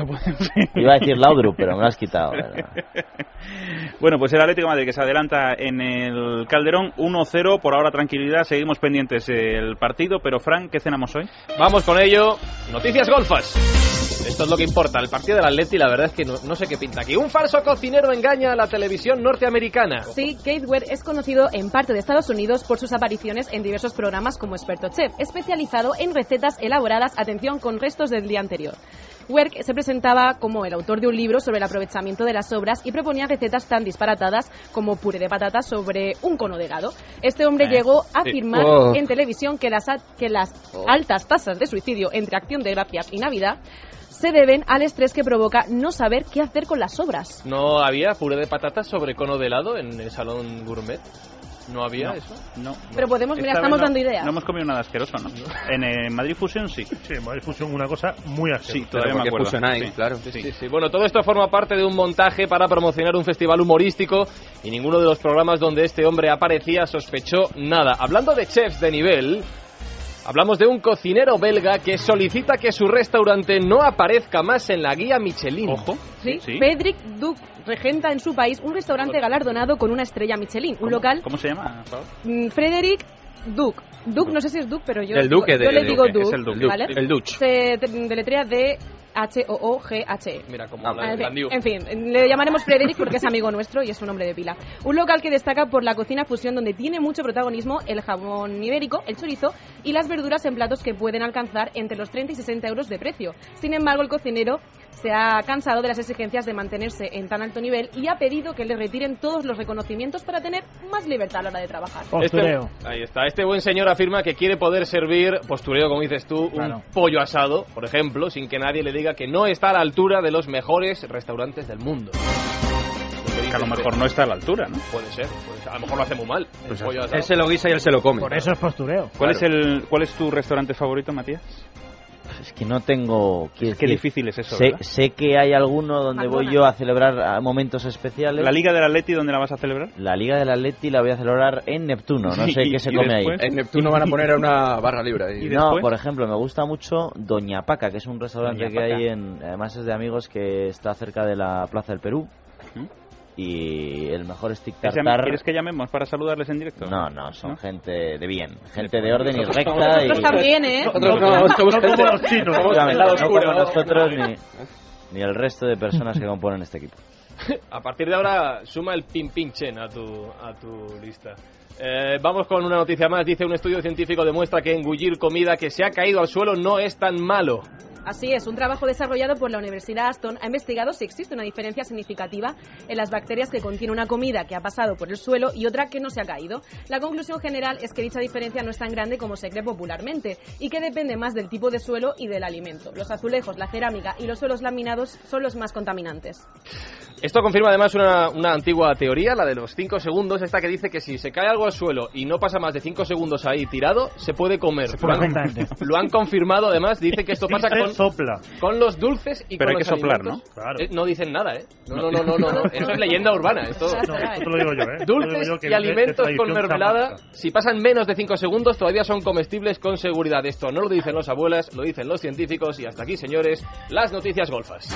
Speaker 4: Iba a decir Laudrup, pero me lo has quitado.
Speaker 1: Bueno, pues el Atlético de Madrid que se adelanta en el Calderón 1-0. Por ahora tranquilidad, seguimos pendientes del partido. Pero, Frank, ¿qué cenamos hoy?
Speaker 3: Vamos con ello. Noticias golfas. Esto es lo que importa. El partido del Atleti, la verdad es que no, no sé qué pinta aquí. Un falso cocinero engaña a la televisión norteamericana.
Speaker 13: Sí, Kate Ware es conocido en parte de Estados Unidos por sus apariciones en diversos programas como experto chef, especializado en recetas elaboradas, atención, con restos del día anterior. Werk se presentaba como el autor de un libro sobre el aprovechamiento de las obras y proponía recetas tan disparatadas como puré de patatas sobre un cono de helado. Este hombre llegó a
Speaker 15: sí.
Speaker 13: afirmar
Speaker 15: Oh.
Speaker 13: en televisión que las, a- que las altas tasas de suicidio entre Acción de Gracias y Navidad se deben al estrés que provoca no saber qué hacer con las obras.
Speaker 3: ¿No había puré de patatas sobre cono de helado en el salón gourmet? ¿No había
Speaker 1: No,
Speaker 3: eso?
Speaker 1: No.
Speaker 13: Pero podemos, mira,
Speaker 1: Esta vez
Speaker 13: estamos
Speaker 1: no-
Speaker 13: dando ideas.
Speaker 1: No hemos comido nada asqueroso, ¿no? En eh, Madrid Fusion sí. Sí, en Madrid Fusion una cosa muy asquerosa. Sí, todavía
Speaker 12: Pero
Speaker 1: me
Speaker 12: porque
Speaker 1: acuerdo.
Speaker 12: fusionáis, claro.
Speaker 3: Sí, sí, sí. Bueno, todo esto forma parte de un montaje para promocionar un festival humorístico y ninguno de los programas donde este hombre aparecía sospechó nada. Hablando de chefs de nivel, Hablamos de un cocinero belga que solicita que su restaurante no aparezca más en la guía Michelin. Ojo.
Speaker 13: ¿Sí? Pedrick Duc regenta en su país un restaurante galardonado con una estrella Michelin, un local
Speaker 1: ¿Cómo se llama? Pau?
Speaker 13: Mm, Frederick Duke. Duke, no sé si es Duke, pero yo,
Speaker 1: El duque
Speaker 13: yo
Speaker 1: de-
Speaker 13: le
Speaker 1: el
Speaker 13: digo
Speaker 1: duque,
Speaker 13: Duke.
Speaker 1: es el duque.
Speaker 13: ¿vale?
Speaker 1: El duch.
Speaker 13: Se te- deletrea de H-O-O-G-H.
Speaker 3: Mira cómo habla el Gandiu.
Speaker 13: E. En fin, le llamaremos Frederick porque es amigo nuestro y es un hombre de pila. Un local que destaca por la cocina fusión donde tiene mucho protagonismo el jabón ibérico, el chorizo y las verduras en platos que pueden alcanzar entre los 30 y 60 euros de precio. Sin embargo, el cocinero se ha cansado de las exigencias de mantenerse en tan alto nivel y ha pedido que le retiren todos los reconocimientos para tener más libertad a la hora de trabajar.
Speaker 2: Postureo.
Speaker 3: Este- ahí está. Este buen señor afirma que quiere poder servir, postureo como dices tú,
Speaker 2: Claro.
Speaker 3: un pollo asado, por ejemplo, sin que nadie le diga que no está a la altura de los mejores restaurantes del mundo.
Speaker 1: Que a lo mejor no está a la altura, ¿no?
Speaker 3: Puede ser. puede ser. A lo mejor lo hace muy mal. el pollo asado.
Speaker 1: Él se Pues lo guisa y él se lo come. Por
Speaker 2: eso es postureo.
Speaker 1: ¿Cuál,
Speaker 4: Claro.
Speaker 1: es, el, ¿cuál es tu restaurante favorito, Matías?
Speaker 4: Es que no tengo. quiero
Speaker 1: Es que
Speaker 4: decir,
Speaker 1: difícil es eso,
Speaker 4: Sé,
Speaker 1: ¿verdad?
Speaker 4: sé que hay alguno donde voy yo a celebrar ah, momentos especiales.
Speaker 1: ¿La Liga del Atleti dónde la vas a celebrar?
Speaker 4: La Liga del Atleti la voy a celebrar en Neptuno. No
Speaker 1: Sí,
Speaker 4: sé
Speaker 1: y-
Speaker 4: qué se
Speaker 1: y
Speaker 4: come
Speaker 1: después-
Speaker 4: ahí.
Speaker 1: En Neptuno van a poner a una barra libre ahí. ¿Y
Speaker 4: No,
Speaker 1: después?
Speaker 4: por ejemplo, me gusta mucho Doña Paca, que es un restaurante
Speaker 1: Doña
Speaker 4: que
Speaker 1: Paca.
Speaker 4: hay en. Además es de amigos que está cerca de la Plaza del Perú. Y el mejor stick
Speaker 1: ¿Quieres
Speaker 4: tartar.
Speaker 1: llam- ¿Quieres que llamemos para saludarles en directo?
Speaker 4: No, no, son gente de bien, gente de orden y recta. y...
Speaker 13: Nosotros también, ¿eh?
Speaker 4: Nosotros
Speaker 13: No
Speaker 4: somos
Speaker 13: como
Speaker 4: gente-
Speaker 13: los chinos.
Speaker 4: Efectivamente,
Speaker 13: Somos el lado
Speaker 4: no
Speaker 13: oscuro.
Speaker 4: como nosotros ni, ni el resto de personas que componen este equipo.
Speaker 3: A partir de ahora suma el pin pin chen a tu, a tu lista. Eh, vamos con una noticia más. Dice un estudio científico demuestra que engullir comida que se ha caído al suelo no es tan malo.
Speaker 13: Así es, un trabajo desarrollado por la Universidad Aston ha investigado si existe una diferencia significativa en las bacterias que contiene una comida que ha pasado por el suelo y otra que no se ha caído. La conclusión general es que dicha diferencia no es tan grande como se cree popularmente y que depende más del tipo de suelo y del alimento. Los azulejos, la cerámica y los suelos laminados son los más contaminantes.
Speaker 3: Esto confirma además una, una antigua teoría, la de los 5 segundos, esta que dice que si se cae algo al suelo y no pasa más de 5 segundos ahí tirado, se puede comer. lo, han,
Speaker 10: Perfectamente.
Speaker 3: lo han confirmado además, dice que esto pasa
Speaker 10: Dice,
Speaker 3: con,
Speaker 10: sopla.
Speaker 3: con los dulces y
Speaker 10: Pero
Speaker 3: con
Speaker 10: hay
Speaker 3: los
Speaker 10: que soplar,
Speaker 3: alimentos.
Speaker 10: ¿no? Claro.
Speaker 3: Eh, no dicen nada, ¿eh? No, no, no, no, no, no. Eso es leyenda urbana. Esto...
Speaker 10: No, esto te lo digo yo, ¿eh? Te lo digo
Speaker 3: Dulces
Speaker 10: yo, que
Speaker 3: y
Speaker 10: viene de
Speaker 3: alimentos
Speaker 10: tradición
Speaker 3: con mermelada, si pasan menos de 5 segundos, todavía son comestibles con seguridad. Esto no lo dicen los abuelas, lo dicen los científicos. Y hasta aquí, señores, las noticias golfas.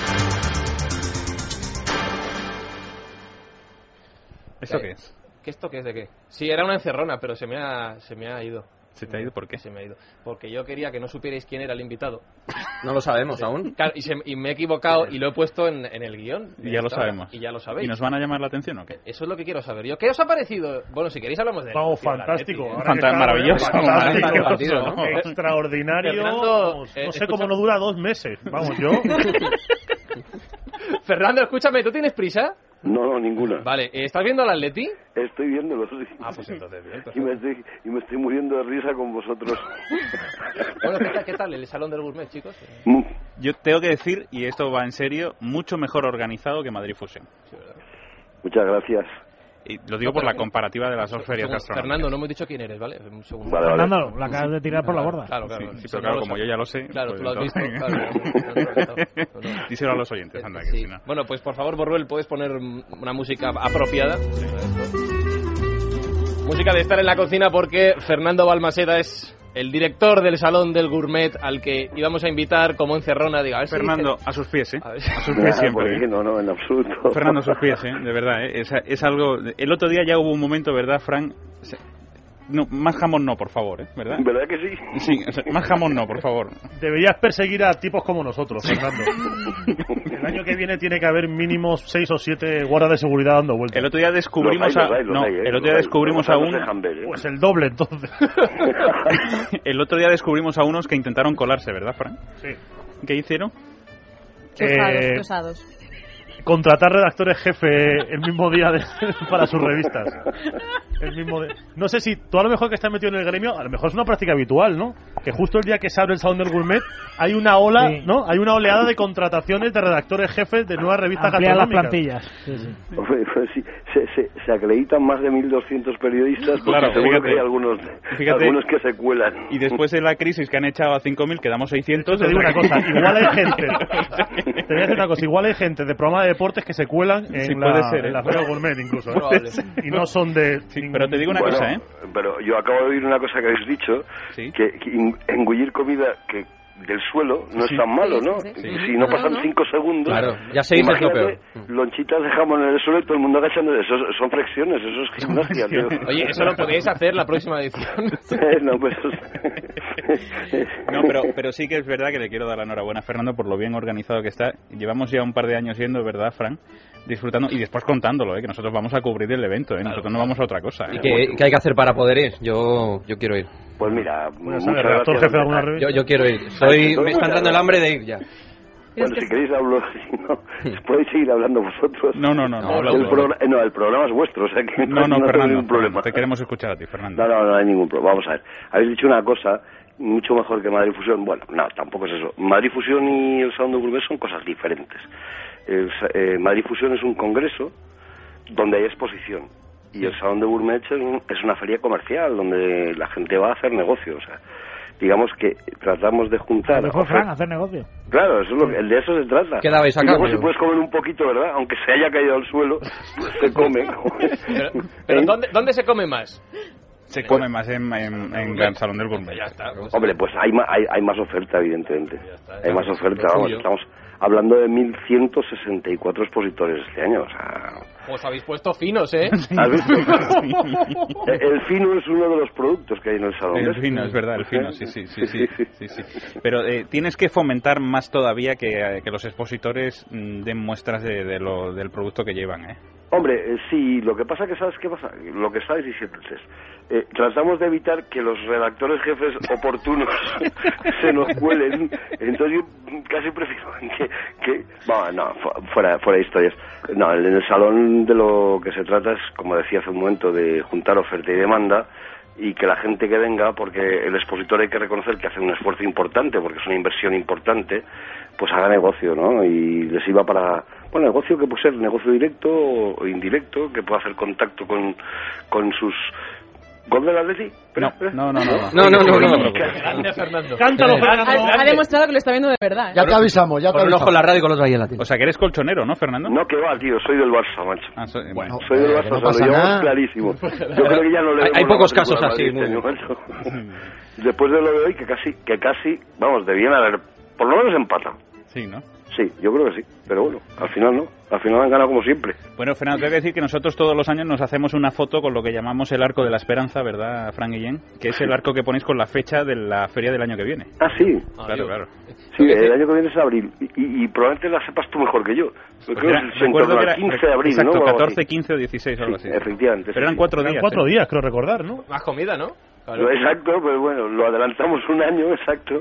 Speaker 1: ¿Esto qué es?
Speaker 3: Eh, ¿Qué esto qué es de qué? Sí, era una encerrona, pero se me ha, se me ha ido.
Speaker 1: ¿Se te ha ido por qué?
Speaker 3: Se me ha ido. Porque yo quería que no supierais quién era el invitado.
Speaker 12: No lo sabemos
Speaker 3: Sí.
Speaker 12: aún.
Speaker 3: Claro, y, se- y me he equivocado y lo he puesto en, en el guión.
Speaker 1: Y ya lo
Speaker 3: Estaba-
Speaker 1: sabemos.
Speaker 3: Y ya lo sabéis.
Speaker 1: ¿Y nos van a llamar la atención o qué?
Speaker 3: Eso es lo que quiero saber yo. ¿Qué os ha parecido? Bueno, si queréis hablamos de...
Speaker 10: Vamos,
Speaker 3: de la
Speaker 10: fantástico.
Speaker 3: Leti, ¿eh?
Speaker 10: Ahora
Speaker 1: Fanta-
Speaker 10: que está-
Speaker 1: maravilloso,
Speaker 10: fantástico,
Speaker 1: maravilloso, ¿no?
Speaker 10: Extraordinario.
Speaker 3: Fernando,
Speaker 10: vamos,
Speaker 3: eh,
Speaker 10: no sé
Speaker 3: escucha-
Speaker 10: cómo no dura dos meses. Vamos, yo.
Speaker 3: Fernando, escúchame, ¿tú tienes prisa?
Speaker 15: No, no, ninguna.
Speaker 3: Vale, eh, ¿estás viendo al Atleti?
Speaker 15: Estoy viéndolo.
Speaker 3: Ah, pues entonces bien.
Speaker 15: Y me, estoy, y me estoy muriendo de risa con vosotros.
Speaker 3: Bueno, ¿qué tal, qué tal el Salón del Gourmet, chicos?
Speaker 1: Yo tengo que decir, y esto va en serio, mucho mejor organizado que Madrid Fusion.
Speaker 15: Muchas gracias.
Speaker 1: Y lo digo por la comparativa de las dos ferias gastronómicas.
Speaker 3: Fernando, no hemos dicho quién eres, ¿vale? Un segundo.
Speaker 1: Vale, vale.
Speaker 2: Fernando, la acabas de tirar por la borda.
Speaker 3: Claro, claro.
Speaker 1: Sí,
Speaker 3: Eso
Speaker 1: pero
Speaker 3: no
Speaker 1: claro,
Speaker 3: lo
Speaker 1: como yo
Speaker 3: sabe.
Speaker 1: ya lo sé.
Speaker 3: Claro,
Speaker 1: pues
Speaker 3: tú lo has visto.
Speaker 1: entonces-
Speaker 3: claro. No, no, no.
Speaker 1: Díselo a los oyentes, anda, que
Speaker 3: Sí.
Speaker 1: si no.
Speaker 3: Bueno, pues por favor, Boruel, puedes poner mm, una música apropiada. Música de estar en la cocina porque Fernando Balmaseda es el director del Salón del Gourmet al que íbamos a invitar como encerrona. Diga, a ver si
Speaker 1: Fernando,
Speaker 3: dice-
Speaker 1: a sus pies, ¿eh? A sus
Speaker 15: Nada,
Speaker 1: pies siempre.
Speaker 15: ¿por qué?
Speaker 1: ¿eh?
Speaker 15: No, no, en absoluto.
Speaker 1: Fernando, a sus pies, ¿eh? De verdad, ¿eh? Es, es algo... El otro día ya hubo un momento, ¿verdad, Frank? Se- No, más jamón no, por favor, ¿eh? ¿Verdad?
Speaker 15: ¿Verdad que sí?
Speaker 1: Sí, o sea, más jamón no, por favor.
Speaker 10: Deberías perseguir a tipos como nosotros, Fernando. El año que viene tiene que haber mínimo seis o siete guardas de seguridad dando vueltas.
Speaker 1: El otro día descubrimos...
Speaker 10: Los hay, los hay,
Speaker 1: a-
Speaker 10: los
Speaker 1: No,
Speaker 10: hay, ¿eh?
Speaker 1: el
Speaker 10: Los
Speaker 1: otro día
Speaker 10: hay.
Speaker 1: descubrimos
Speaker 10: Los
Speaker 1: a
Speaker 10: hay, los dejan
Speaker 1: un...
Speaker 10: Pues el doble, entonces.
Speaker 1: El otro día descubrimos a unos que intentaron colarse, ¿verdad, Frank?
Speaker 10: Sí.
Speaker 1: ¿Qué hicieron?
Speaker 13: Tostados,
Speaker 10: Eh,
Speaker 13: tostados.
Speaker 10: Contratar redactores jefe el mismo día de- para sus revistas. El mismo de- No sé si tú a lo mejor que estás metido en el gremio, a lo mejor es una práctica habitual, ¿no? Que justo el día que se abre el Salón del Gourmet hay una ola, ¿no? Hay una oleada de contrataciones de redactores jefes de nuevas revistas
Speaker 2: Ampliar las
Speaker 10: gastronómicas.
Speaker 2: plantillas.
Speaker 15: Pues, pues sí, se, se, se acreditan más de 1.200 periodistas porque
Speaker 1: Claro,
Speaker 15: seguro
Speaker 1: fíjate.
Speaker 15: que hay algunos,
Speaker 1: Fíjate.
Speaker 15: algunos que se cuelan.
Speaker 1: Y después de la crisis que han echado a 5.000, quedamos 600.
Speaker 10: Te digo
Speaker 1: o
Speaker 10: una
Speaker 1: sea que-
Speaker 10: cosa, igual hay gente. Te voy a decir una cosa, igual hay gente de programa de deportes que se cuelan en
Speaker 15: Sí,
Speaker 10: la,
Speaker 15: puede ser,
Speaker 10: en
Speaker 15: ¿eh?
Speaker 10: la Feria Gourmet incluso. ¿eh?
Speaker 15: Probable.
Speaker 10: y no son de... pero te digo ¿eh?
Speaker 15: Bueno, Pero yo acabo de oír una cosa que habéis dicho, que, que in- engullir comida que del suelo no
Speaker 12: Sí.
Speaker 15: es tan malo, ¿no?
Speaker 12: Sí, sí, sí.
Speaker 15: Si no
Speaker 12: No,
Speaker 15: pasan
Speaker 12: no.
Speaker 15: cinco segundos.
Speaker 12: Claro, ya seis es lo
Speaker 15: imagínate, Lonchitas de jamón en el suelo y todo el mundo agachando. Eso son flexiones, eso es gimnasia. tío.
Speaker 3: Oye, eso lo podéis hacer la próxima edición.
Speaker 15: Eh, no, pues.
Speaker 1: No, pero, pero sí que es verdad que le quiero dar la enhorabuena a Fernando por lo bien organizado que está. Llevamos ya un par de años yendo, ¿verdad, Fran? Disfrutando y después contándolo, ¿eh? que nosotros vamos a cubrir el evento, ¿eh? nosotros no vamos a otra cosa.
Speaker 12: ¿Y
Speaker 1: ¿eh?
Speaker 12: qué, qué hay que hacer para poder ir? Yo, yo quiero ir.
Speaker 15: Pues mira,
Speaker 1: Bueno, sabe, muchas redactor gracias. jefe de alguna revista.
Speaker 12: Yo, yo quiero ir. Soy, me están dando el hambre de ir ya.
Speaker 15: Bueno, si queréis hablo, si no, podéis seguir hablando vosotros.
Speaker 1: No, no, no, no, habla
Speaker 15: el,
Speaker 1: vosotros.
Speaker 15: programa- eh, no el programa es vuestro, o sea que
Speaker 1: No, no,
Speaker 15: tengo
Speaker 1: Fernando,
Speaker 15: ningún problema.
Speaker 1: te queremos escuchar a ti, Fernando.
Speaker 15: No, no, no hay ningún problema. Vamos a ver. Habéis dicho una cosa mucho mejor que Madrid Fusión. Bueno, no, tampoco es eso. Madrid Fusión y el Salón de Gourmet son cosas diferentes. El sa- eh, Madrid Fusión es un congreso donde hay exposición. Y el Salón de Gourmet es, un- es una feria comercial donde la gente va a hacer negocio. O sea, digamos que tratamos de juntar.
Speaker 2: Mejor
Speaker 15: ofertas-
Speaker 2: Fran, hacer negocio.
Speaker 15: Claro, eso es lo que- de eso se trata.
Speaker 2: ¿Qué dabais a
Speaker 15: Y luego
Speaker 2: cambio?
Speaker 15: si puedes comer un poquito, ¿verdad? Aunque se haya caído al suelo, se come.
Speaker 3: Pero, pero ¿dónde, ¿dónde se come más?
Speaker 1: Se come más en, en, en Gran Salón del Gourmet.
Speaker 15: Hombre, pues hay, ma- hay, hay más oferta, evidentemente. hay más oferta,
Speaker 1: lo
Speaker 15: vamos,
Speaker 1: suyo.
Speaker 15: estamos hablando de 1.164 expositores este año, o sea...
Speaker 3: Os habéis puesto finos, ¿eh?
Speaker 15: ¿Has visto? el fino es uno de los productos que hay en el salón.
Speaker 1: El
Speaker 15: ¿ves?
Speaker 1: fino, es verdad, el fino, sí, sí, sí, sí, sí, sí. Pero eh, tienes que fomentar más todavía que, eh, que los expositores mm, den muestras de, de lo, del producto que llevan, ¿eh?
Speaker 15: Hombre, eh, sí, lo que pasa que sabes qué pasa, lo que estáis diciendo es, eh, tratamos de evitar que los redactores jefes oportunos se nos cuelen, entonces yo casi prefiero que, que bueno, no, fu- fuera, fuera de historias. No, en el salón de lo que se trata es, como decía hace un momento, de juntar oferta y demanda y que la gente que venga, porque el expositor hay que reconocer que hace un esfuerzo importante, porque es una inversión importante, pues haga negocio, ¿no? Y les iba para, bueno, negocio que puede ser negocio directo o indirecto, que pueda hacer contacto con, con sus... ¿Gol del Atleti? No,
Speaker 1: no, no,
Speaker 15: no.
Speaker 12: No, no, no, Eh, no.
Speaker 3: Grande, Fernando.
Speaker 12: Cántalo,
Speaker 13: Ha, ha demostrado que lo está viendo de verdad. ¿eh?
Speaker 12: Con un ojo en la radio y con el otro ahí en la
Speaker 1: O sea, que eres colchonero, ¿no, Fernando? Ah,
Speaker 15: No, que va, tío, soy del Barça, macho.
Speaker 1: bueno.
Speaker 15: Soy
Speaker 12: Eh,
Speaker 15: del Barça, o sea, lo llevamos clarísimo. Yo creo que ya no le
Speaker 12: Hay-
Speaker 15: vemos
Speaker 12: hay
Speaker 15: la
Speaker 12: pocos
Speaker 15: matrícula
Speaker 12: casos
Speaker 15: a
Speaker 12: así,
Speaker 15: Madrid,
Speaker 12: ¿no?
Speaker 15: este año, macho. Después de lo de hoy, que casi, que casi, vamos, debían haber, por lo menos empatado.
Speaker 1: Sí, ¿no?
Speaker 15: Sí, yo creo que sí, pero bueno, al final no, al final han ganado como siempre.
Speaker 1: Bueno, Fernando, tengo que decir que nosotros todos los años nos hacemos una foto con lo que llamamos el arco de la esperanza, ¿verdad, Fran Guillén? Que es el arco que ponéis con la fecha de la feria del año que viene.
Speaker 15: Ah, sí.
Speaker 1: Claro, claro.
Speaker 15: Sí, el año que viene es abril, y, y- y probablemente la sepas tú mejor que yo. Creo
Speaker 1: Porque
Speaker 15: que
Speaker 1: Pues era-
Speaker 15: es en
Speaker 1: recuerdo
Speaker 15: torno
Speaker 1: que
Speaker 15: al
Speaker 1: era
Speaker 15: 15 de abril,
Speaker 1: exacto,
Speaker 15: ¿no? O algo así.
Speaker 1: 14, 15 o 16, o algo así.
Speaker 15: efectivamente.
Speaker 1: Pero eran cuatro
Speaker 10: Eran
Speaker 1: días.
Speaker 10: cuatro
Speaker 1: ¿eh?
Speaker 10: días, creo recordar, ¿no?
Speaker 3: Más comida, ¿no?
Speaker 15: Lo Exacto, pero bueno, lo adelantamos un año, exacto.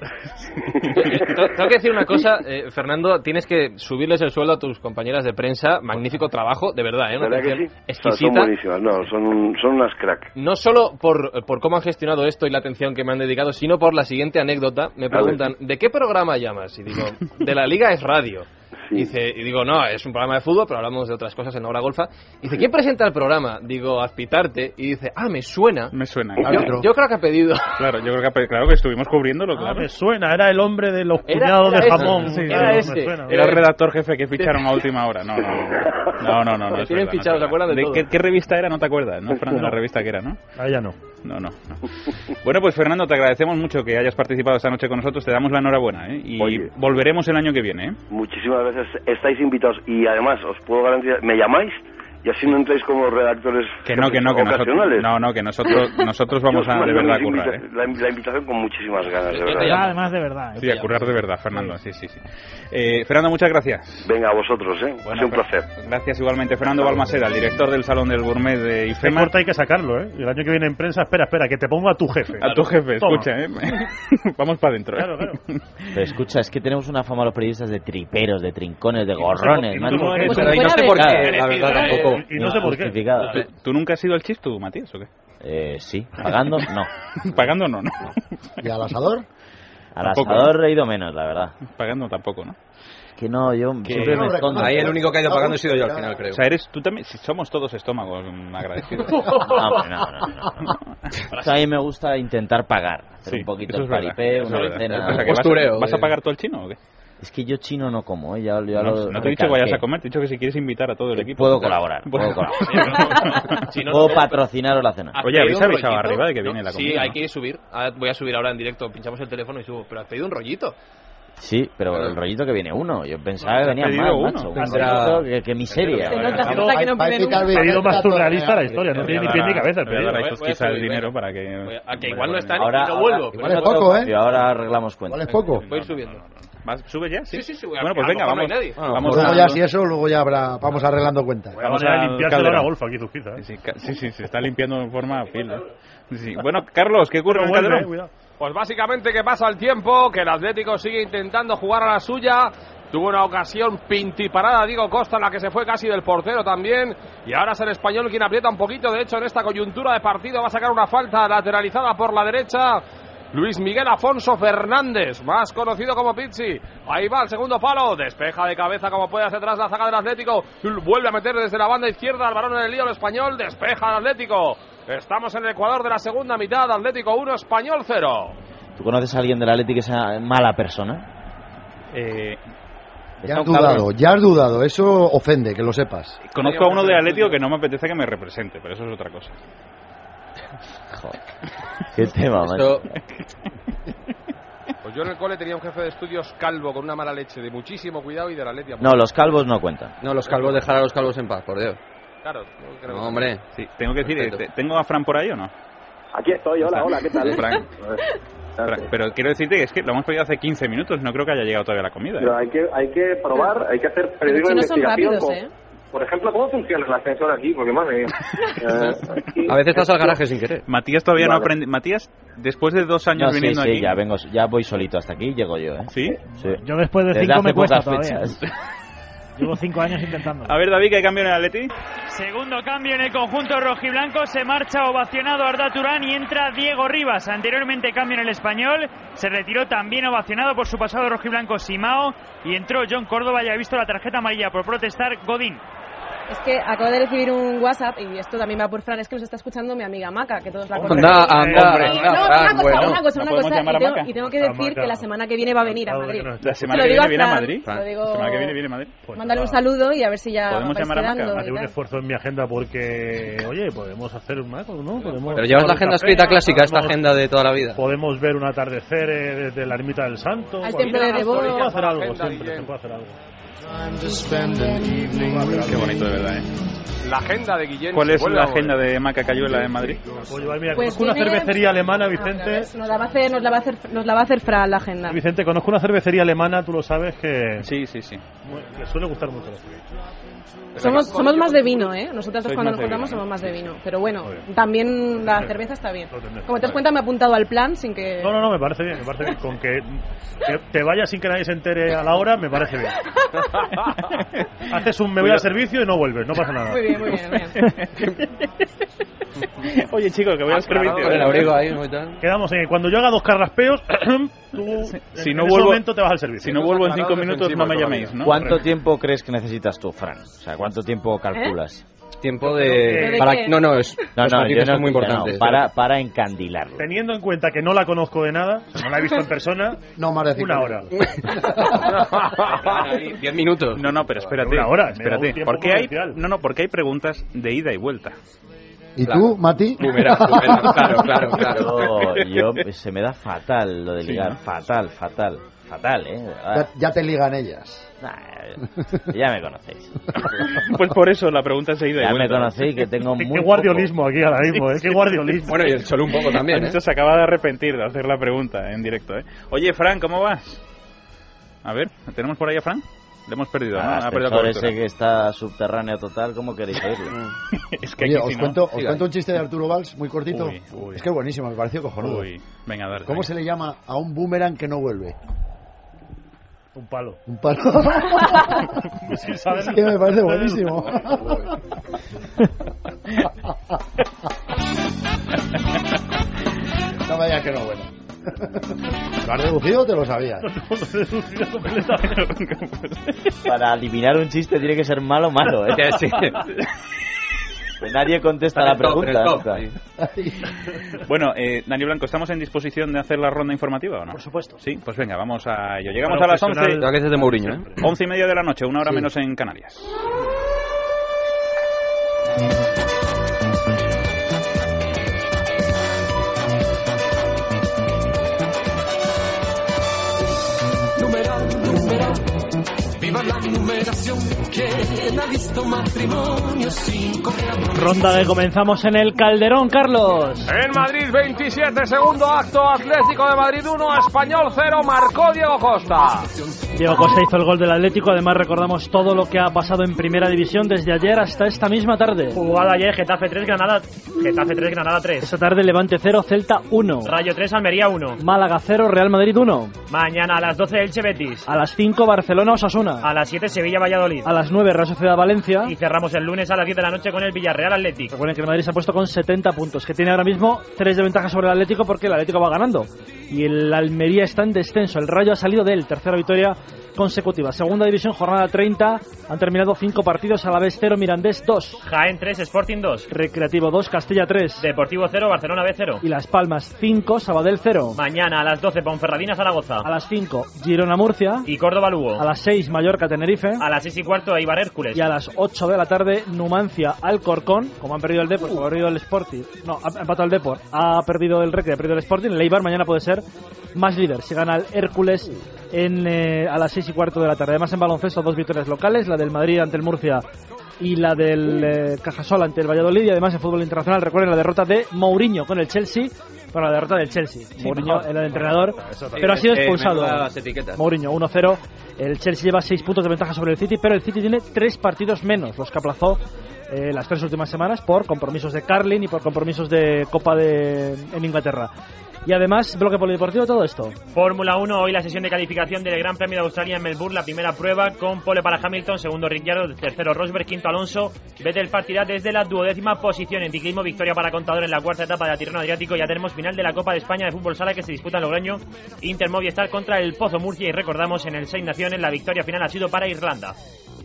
Speaker 3: Te- Tengo que decir una cosa, eh, Fernando, tienes que subirles el sueldo a tus compañeras de prensa. Magnífico trabajo, de verdad, ¿eh? Una
Speaker 15: ¿Verdad que
Speaker 3: atención
Speaker 15: sí? O sea, Son
Speaker 3: exquisita.
Speaker 15: buenísimas, no, son, un- son unas crack.
Speaker 3: No solo por, por cómo han gestionado esto y la atención que me han dedicado, sino por la siguiente anécdota. Me preguntan, ¿de qué programa llamas? Y digo, de la Liga es Radio. Y Dice, y digo, no, es un programa de fútbol, pero hablamos de otras cosas en la hora golfa. Y dice, ¿quién presenta el programa? Digo, Azpitarte. Y dice, ah, me suena.
Speaker 1: Me suena.
Speaker 3: Yo, yo creo que ha pedido.
Speaker 1: Ah, Claro, yo creo que, ha- claro que estuvimos cubriéndolo,
Speaker 10: Ah,
Speaker 1: claro.
Speaker 10: me suena, era el hombre de los
Speaker 3: Era-
Speaker 10: cuñados
Speaker 3: era
Speaker 10: de
Speaker 3: ese,
Speaker 10: jamón.
Speaker 3: sí,
Speaker 10: Sí,
Speaker 3: era
Speaker 10: me
Speaker 3: ese.
Speaker 10: suena.
Speaker 1: Era el redactor jefe que ficharon a última hora. No, no, no. No, no, no. no,
Speaker 3: Lo
Speaker 1: es verdad, no es
Speaker 3: tienen fichado, ¿se
Speaker 1: verdad.
Speaker 3: acuerdan de todo?
Speaker 1: qué, qué revista era? No te acuerdas, ¿no, Fran? De la revista que era, ¿no?
Speaker 10: Ah, ya no.
Speaker 1: No, no. no. Bueno, pues Fernando, te agradecemos mucho que hayas participado esta noche con nosotros. Te damos la enhorabuena, ¿eh? Y volveremos el año que viene, ¿eh?
Speaker 15: Muchísimas gracias, estáis invitados y además os puedo garantizar, me llamáis y así no entráis como redactores
Speaker 1: Que no, que no, que nosotros.
Speaker 15: ocasionales.
Speaker 1: No, no, que nosotros, nosotros vamos
Speaker 15: Yo os
Speaker 1: a de
Speaker 15: mando
Speaker 1: verdad a
Speaker 15: mis
Speaker 1: currar, ¿eh?
Speaker 15: invita- la, la invitación con muchísimas ganas, de
Speaker 2: De verdad,
Speaker 15: verdad.
Speaker 2: además de verdad. ¿eh?
Speaker 1: Sí, a currar de verdad, Fernando. Sí, sí, sí. Eh, Fernando, muchas gracias.
Speaker 15: Venga, a vosotros, ¿eh? Ha sido un
Speaker 1: Fer-
Speaker 15: placer.
Speaker 1: Gracias igualmente. Fernando Balmaseda, el director del Salón del Gourmet de
Speaker 10: Este
Speaker 1: IFEMA.
Speaker 10: corte hay que sacarlo, ¿eh? Y El año que viene en prensa, espera, espera, que te pongo a tu jefe.
Speaker 1: A tu jefe,
Speaker 10: Toma.
Speaker 1: escucha, ¿eh? Vamos para adentro.
Speaker 10: Claro, claro.
Speaker 4: Pero escucha, es que tenemos una fama los periodistas de triperos, de trincones, de gorrones.
Speaker 1: no sé por qué, pero
Speaker 4: Más
Speaker 1: y no sé por
Speaker 4: justificada.
Speaker 1: qué, la verdad, tampoco. Y no sé por qué.
Speaker 4: Justificada.
Speaker 1: ¿Tú, tú nunca has ido al chistu, Matías, o qué?
Speaker 4: Eh, sí, pagando, no.
Speaker 1: Pagando no, no.
Speaker 4: ¿Y al asador? Al
Speaker 1: Tampoco.
Speaker 4: asador he ido menos, la verdad.
Speaker 1: Pagando tampoco, ¿no?
Speaker 4: Que no, yo siempre me escondo.
Speaker 12: Ahí el único que ha ido pagando he sido yo al final, creo.
Speaker 1: O sea, eres tú también. si somos todos estómagos mm, agradecidos.
Speaker 4: No, hombre, no, no, no, no. O sea, a mí me gusta intentar pagar. Hacer
Speaker 1: Sí,
Speaker 4: un poquito
Speaker 1: eso
Speaker 4: de
Speaker 1: es verdad,
Speaker 4: paripé,
Speaker 1: eso
Speaker 4: una
Speaker 1: es verdad.
Speaker 4: cena.
Speaker 1: O sea, que vas-
Speaker 4: Postureo,
Speaker 1: ¿Vas a
Speaker 4: eh.
Speaker 1: pagar todo el chino o qué?
Speaker 4: Es que yo chino no como, ¿eh? ya, ya
Speaker 1: no,
Speaker 4: lo
Speaker 1: no te he dicho que
Speaker 4: recalqué.
Speaker 1: vayas a comer, te he dicho que si quieres invitar a todo el equipo.
Speaker 4: Puedo colaborar.
Speaker 1: Bueno.
Speaker 4: Puedo, colaborar. Puedo patrocinaros la cena.
Speaker 1: ¿Has Oye, habéis avisado arriba de que viene la
Speaker 3: Sí,
Speaker 1: comida,
Speaker 3: hay
Speaker 1: ¿no?
Speaker 3: que subir. Ahora voy a subir ahora en directo. Pinchamos el teléfono y subo. Pero has pedido un rollito.
Speaker 4: Sí, pero el rollito que viene uno. Yo pensaba que
Speaker 3: Has
Speaker 4: venía
Speaker 3: pedido
Speaker 4: más,
Speaker 3: uno.
Speaker 4: macho. Un
Speaker 3: Tendrá-
Speaker 4: rollito, qué, qué miseria.
Speaker 10: Pedido más
Speaker 3: ¿eh?
Speaker 10: surrealista la historia, no tiene ni pie ni cabeza.
Speaker 1: Voy a dar a esos
Speaker 10: pedido.
Speaker 1: quizá el dinero para que...
Speaker 3: A que igual no están
Speaker 4: Ahora,
Speaker 3: y no vuelvo.
Speaker 4: ahora-
Speaker 3: pero
Speaker 4: igual es
Speaker 3: igual-
Speaker 4: poco,
Speaker 3: igual-
Speaker 4: ¿eh? ahora arreglamos cuentas.
Speaker 14: ¿Cuál es poco?
Speaker 3: Voy a ir subiendo.
Speaker 1: ¿Vas- ¿Sube ya?
Speaker 3: Sí, sí, sí.
Speaker 1: Bueno, pues
Speaker 3: a lo
Speaker 1: venga,
Speaker 3: mejor no hay
Speaker 1: vamos.
Speaker 3: nadie.
Speaker 14: Bueno,
Speaker 1: vamos
Speaker 4: pues
Speaker 14: luego
Speaker 1: a-
Speaker 14: ya si eso, luego ya habrá, vamos arreglando cuentas.
Speaker 1: Vamos
Speaker 10: a limpiarse la hora
Speaker 1: golfa ¿eh?
Speaker 10: aquí, Zujita.
Speaker 1: Sí, ca- sí, sí, se está limpiando de forma fila. Sí. Bueno, Carlos, ¿qué ocurre en el
Speaker 12: vuelve,
Speaker 1: Calderón?
Speaker 12: eh, Pues básicamente que pasa el tiempo, que el Atlético sigue intentando jugar a la suya. Tuvo una ocasión pintiparada, Diego Costa, en la que se fue casi del portero también. Y ahora es el español quien aprieta un poquito. De hecho, en esta coyuntura de partido va a sacar una falta lateralizada por la derecha. Luis Miguel Afonso Fernández, más conocido como Pizzi. Ahí va el segundo palo, despeja de cabeza como puede hacia atrás la zaga del Atlético. Vuelve a meter desde la banda izquierda al varón en el lío, el español despeja al Atlético. Estamos en el Ecuador de la segunda mitad, Atlético 1, Español 0.
Speaker 4: ¿Tú conoces a alguien del Atleti que sea mala persona?
Speaker 1: Eh,
Speaker 14: Ya has dudado, ya has dudado. Eso ofende, que lo sepas.
Speaker 1: Conozco a uno de Atlético que no me apetece que me represente, pero eso es otra cosa.
Speaker 4: Qué tema, macho.
Speaker 1: Esto-
Speaker 12: Pues yo en el cole tenía un jefe de estudios calvo con una mala leche, de muchísimo cuidado y de la letia.
Speaker 4: No, los calvos no cuentan.
Speaker 16: No, los calvos, dejar a los calvos en paz, por Dios.
Speaker 12: Claro, creo que-
Speaker 16: hombre.
Speaker 1: Sí, tengo que decir, eh, ¿tengo a Fran por ahí o no?
Speaker 17: Aquí estoy, hola, hola, ¿qué tal?
Speaker 1: Fran. Fran, Pero quiero decirte que es que lo hemos pedido hace 15 minutos, no creo que haya llegado todavía la comida.
Speaker 17: Pero hay que, hay que probar, hay que hacer periodismo de
Speaker 13: chinos son
Speaker 17: investigación.
Speaker 13: rápidos,
Speaker 17: con-
Speaker 13: ¿eh?
Speaker 17: Por ejemplo, ¿cómo funciona el ascensor aquí? Porque, madre mía. Eh, aquí-
Speaker 1: sin querer. Matías todavía no
Speaker 4: Vale.
Speaker 1: aprende. Matías, después de dos años
Speaker 4: No, sí,
Speaker 1: viniendo
Speaker 4: sí,
Speaker 1: aquí.
Speaker 4: ya, vengo, ya voy solito hasta aquí, llego yo, ¿eh?
Speaker 1: ¿Sí?
Speaker 2: Yo después de
Speaker 4: Desde
Speaker 2: cinco me
Speaker 4: hace
Speaker 2: cuesta
Speaker 4: pocas
Speaker 2: todavía.
Speaker 4: fechas.
Speaker 2: Llevo cinco años intentando.
Speaker 1: A ver, David, ¿qué hay cambio en el Atleti?
Speaker 9: Segundo cambio en el conjunto rojiblanco, se marcha ovacionado Arda Turán y entra Diego Rivas. Anteriormente cambio en el español, se retiró también ovacionado por su pasado rojiblanco Simao y entró John Córdoba, ya ha visto la tarjeta amarilla por protestar Godín.
Speaker 13: Es que acabo de recibir un WhatsApp y esto también va por Fran, es que nos está escuchando mi amiga Maca, que todos la
Speaker 16: Hombre,
Speaker 13: conocen.
Speaker 16: anda, anda,
Speaker 13: Hombre,
Speaker 16: anda,
Speaker 13: no,
Speaker 16: Fran,
Speaker 13: una cosa,
Speaker 16: bueno.
Speaker 13: una cosa,
Speaker 16: ¿No
Speaker 13: una
Speaker 16: podemos
Speaker 13: cosa,
Speaker 16: llamar
Speaker 13: y
Speaker 16: a
Speaker 13: tengo,
Speaker 16: Maca?
Speaker 13: y tengo que decir
Speaker 16: Maca.
Speaker 13: que la semana que viene va a venir a Madrid.
Speaker 1: La semana
Speaker 13: Se lo
Speaker 1: que
Speaker 13: digo
Speaker 1: viene viene a
Speaker 13: Fran,
Speaker 1: Madrid.
Speaker 13: se lo digo- Pues
Speaker 1: La semana que viene viene a Madrid.
Speaker 13: Mándale un saludo y a ver si ya
Speaker 1: Podemos
Speaker 13: vais
Speaker 1: llamar a Maca,
Speaker 13: quedando y
Speaker 10: Haré un
Speaker 13: tal.
Speaker 10: esfuerzo en mi agenda porque, oye, podemos hacer un maco, ¿no? Podemos
Speaker 16: Pero llevas la
Speaker 10: tomar un
Speaker 16: agenda
Speaker 10: café,
Speaker 16: escrita clásica, esta
Speaker 10: podemos-
Speaker 16: agenda de toda la vida.
Speaker 10: Podemos ver un atardecer eh, desde la ermita del Santo.
Speaker 13: Al
Speaker 10: podemos-
Speaker 13: templo de Debo.
Speaker 10: Se puede hacer algo, siempre se puede hacer algo.
Speaker 1: Qué bonito, de verdad, ¿eh?
Speaker 12: La agenda de Guillén.
Speaker 1: ¿Cuál
Speaker 12: se
Speaker 1: es
Speaker 12: vuelve
Speaker 1: la
Speaker 12: a mover.
Speaker 1: agenda de Maca Cayuela en Madrid?
Speaker 10: Puedo llevar, mira,
Speaker 13: Pues
Speaker 10: conozco una
Speaker 13: viene-
Speaker 10: cervecería alemana,
Speaker 13: Ah, pero
Speaker 10: Vicente.
Speaker 13: es- Nos la va a hacer, nos la va a hacer, nos la va a hacer Fran la agenda.
Speaker 10: Vicente, conozco una cervecería alemana, tú lo sabes, que...
Speaker 1: Sí, sí, sí.
Speaker 10: Le suele gustar mucho.
Speaker 13: Somos, somos más de vino, ¿eh? Nosotros
Speaker 10: Sois
Speaker 13: cuando
Speaker 10: más
Speaker 13: nos
Speaker 10: de
Speaker 13: juntamos
Speaker 10: vino,
Speaker 13: somos más de vino. Pero bueno, también la cerveza está bien.
Speaker 10: tendré.
Speaker 13: Como te das cuenta, me he apuntado al plan sin que...
Speaker 10: No, no, no, me parece bien, me parece bien. Con que que te vayas sin que nadie se entere a la hora, me parece bien. Haces un me voy al servicio y no vuelves, no pasa nada.
Speaker 13: Muy bien, muy bien, muy bien.
Speaker 1: Oye, chicos, que voy al servicio. ¿eh?
Speaker 16: Con el abrigo ahí, muy tal.
Speaker 10: Quedamos en que cuando yo haga dos carraspeos, tú
Speaker 1: Si
Speaker 10: en
Speaker 1: no
Speaker 10: ese
Speaker 1: vuelvo-
Speaker 10: momento te vas al servicio.
Speaker 1: si no vuelvo en cinco minutos, no me llaméis, ¿no?
Speaker 4: ¿Cuánto tiempo crees que necesitas tú, Fran? O sea, ¿cuánto
Speaker 10: ¿Eh?
Speaker 4: tiempo calculas?
Speaker 16: Tiempo de...
Speaker 10: ¿De
Speaker 16: para-
Speaker 10: qué?
Speaker 16: No, no, es...
Speaker 4: No,
Speaker 16: los
Speaker 4: no,
Speaker 16: matices
Speaker 4: yo no,
Speaker 16: son muy
Speaker 4: no,
Speaker 16: importantes.
Speaker 4: para, para encandilarlo.
Speaker 10: Teniendo en cuenta que no la conozco de nada, o sea, no la he visto en persona,
Speaker 14: no, más de
Speaker 10: una hora.
Speaker 16: Diez minutos.
Speaker 1: No, no, pero espérate.
Speaker 10: Una hora, me da un
Speaker 1: espérate.
Speaker 10: tiempo
Speaker 1: ¿Por qué hay,
Speaker 10: prudencial.
Speaker 1: no, no, porque hay preguntas de ida y vuelta.
Speaker 14: ¿Y tú, Mati?
Speaker 4: Yo, yo- se me da fatal lo de
Speaker 14: Sí,
Speaker 4: ligar.
Speaker 14: ¿no?
Speaker 4: Fatal, fatal. Fatal, ¿eh? De
Speaker 14: Ya,
Speaker 4: verdad.
Speaker 14: ya te ligan ellas.
Speaker 4: Ya me conocéis.
Speaker 1: Pues por eso la pregunta es de ida y
Speaker 4: Ya me
Speaker 1: vuelta.
Speaker 4: conocéis que tengo
Speaker 10: Qué
Speaker 4: muy
Speaker 10: guardiolismo aquí ahora mismo, ¿eh? Qué guardiolismo.
Speaker 16: Bueno, y el solo un poco también, ¿eh?
Speaker 1: Esto se acaba de arrepentir de hacer la pregunta en directo, ¿eh? Oye, Fran, ¿cómo vas? A ver, ¿tenemos por ahí a Fran? Le hemos perdido, ¿no?
Speaker 4: Ah,
Speaker 1: Ha perdido
Speaker 4: ascensor
Speaker 1: cobertura.
Speaker 4: ese que está subterráneo total, ¿cómo queréis oírlo?
Speaker 1: Es que
Speaker 14: Oye,
Speaker 1: aquí
Speaker 14: os,
Speaker 1: sí, ¿no?
Speaker 14: cuento, os
Speaker 1: Siga.
Speaker 14: cuento un chiste de Arturo Valls, muy cortito.
Speaker 1: Uy, uy.
Speaker 14: Es que es buenísimo, me pareció cojonudo.
Speaker 1: Uy, venga, dale.
Speaker 14: ¿Cómo se le llama a un boomerang que no vuelve?
Speaker 10: Un palo.
Speaker 14: Un palo.
Speaker 10: Sí, ¿sabes?
Speaker 14: es que me parece buenísimo. no me digas que no vuelve. ¿Lo has deducido o te lo sabías?
Speaker 4: Para eliminar un chiste tiene que ser malo, malo, ¿eh?
Speaker 16: Sí.
Speaker 4: Nadie contesta la pregunta.
Speaker 1: Bueno, eh, Daniel Blanco, ¿estamos en disposición de hacer la ronda informativa o no? Por
Speaker 2: supuesto.
Speaker 1: Sí, pues venga, vamos a ello. Llegamos a las 11.
Speaker 3: Ya que es de Mourinho, ¿eh?
Speaker 1: 11 y media de la noche, una hora menos en Canarias.
Speaker 5: numeral, numeral. Viva la numeración que ha visto matrimonio sin correa.
Speaker 2: Ronda que comenzamos en el Calderón, Carlos.
Speaker 12: En Madrid 27, segundo acto Atlético de Madrid 1, Español 0, marcó Diego Costa.
Speaker 2: Diego Costa hizo el gol del Atlético. Además, recordamos todo lo que ha pasado en Primera División desde ayer hasta esta misma tarde.
Speaker 7: Jugada ayer, Getafe 3, Granada, Getafe 3, Granada 3.
Speaker 2: Esta tarde, Levante 0, Celta 1.
Speaker 7: Rayo 3, Almería 1.
Speaker 2: Málaga 0, Real Madrid 1.
Speaker 7: Mañana a las 12, Elche Betis.
Speaker 2: A las 5, Barcelona, Osasuna.
Speaker 7: A las 7, Sevilla Valladolid.
Speaker 2: A las 9, Real Sociedad Valencia.
Speaker 7: Y cerramos el lunes a las 10 de la noche con el Villarreal Atlético.
Speaker 2: Recuerden que el Madrid se ha puesto con 70 puntos, que tiene ahora mismo 3 de ventaja sobre el Atlético porque el Atlético va ganando. Y el Almería está en descenso. El Rayo ha salido de él, tercera victoria consecutiva. Segunda división, jornada 30. Han terminado 5 partidos a la vez 0, Mirandés 2.
Speaker 7: Jaén 3, Sporting 2.
Speaker 2: Recreativo 2, Castilla 3.
Speaker 7: Deportivo 0, Barcelona B 0.
Speaker 2: Y Las Palmas 5, Sabadell 0.
Speaker 7: Mañana a las 12, Ponferradina Zaragoza.
Speaker 2: A las 5, Girona Murcia.
Speaker 7: Y Córdoba Lugo.
Speaker 2: A las 6, Mallorca Tenerife.
Speaker 7: A las 6 y cuarto, Ibar Hércules.
Speaker 2: Y a las 8 de la tarde, Numancia Alcorcón. Como han perdido el Depor, como ha perdido el Sporting. No, ha empatado el Depor. Ha perdido el Recre, ha perdido el Sporting. El Eibar mañana puede ser más líder. Se gana el Hércules en, eh, a las 6 y cuarto de la tarde. Además, en baloncesto, dos victorias locales: la del Madrid ante el Murcia y la del eh, Cajasol ante el Valladolid. Y además, en fútbol internacional, recuerden la derrota de Mourinho con el Chelsea. Bueno, la derrota del Chelsea. Mourinho era el entrenador, pero ha sido
Speaker 3: Eh, eh,
Speaker 2: expulsado.
Speaker 3: menuda las etiquetas.
Speaker 2: Mourinho 1-0. El Chelsea lleva 6 puntos de ventaja sobre el City, pero el City tiene 3 partidos menos, los que aplazó eh, las tres últimas semanas por compromisos de Carlin y por compromisos de Copa de, en Inglaterra. Y además, bloque polideportivo, todo esto.
Speaker 7: Fórmula 1, hoy la sesión de calificación del Gran Premio de Australia en Melbourne, la primera prueba con pole para Hamilton, segundo Ricciardo, tercero Rosberg, quinto Alonso. Vettel partirá desde la duodécima posición en ciclismo, victoria para Contador en la cuarta etapa de la Tirreno Adriático. Ya tenemos final de la Copa de España de Fútbol Sala que se disputa en Logroño, Inter Movistar contra el Pozo Murcia y recordamos en el Seis Naciones la victoria final ha sido para Irlanda.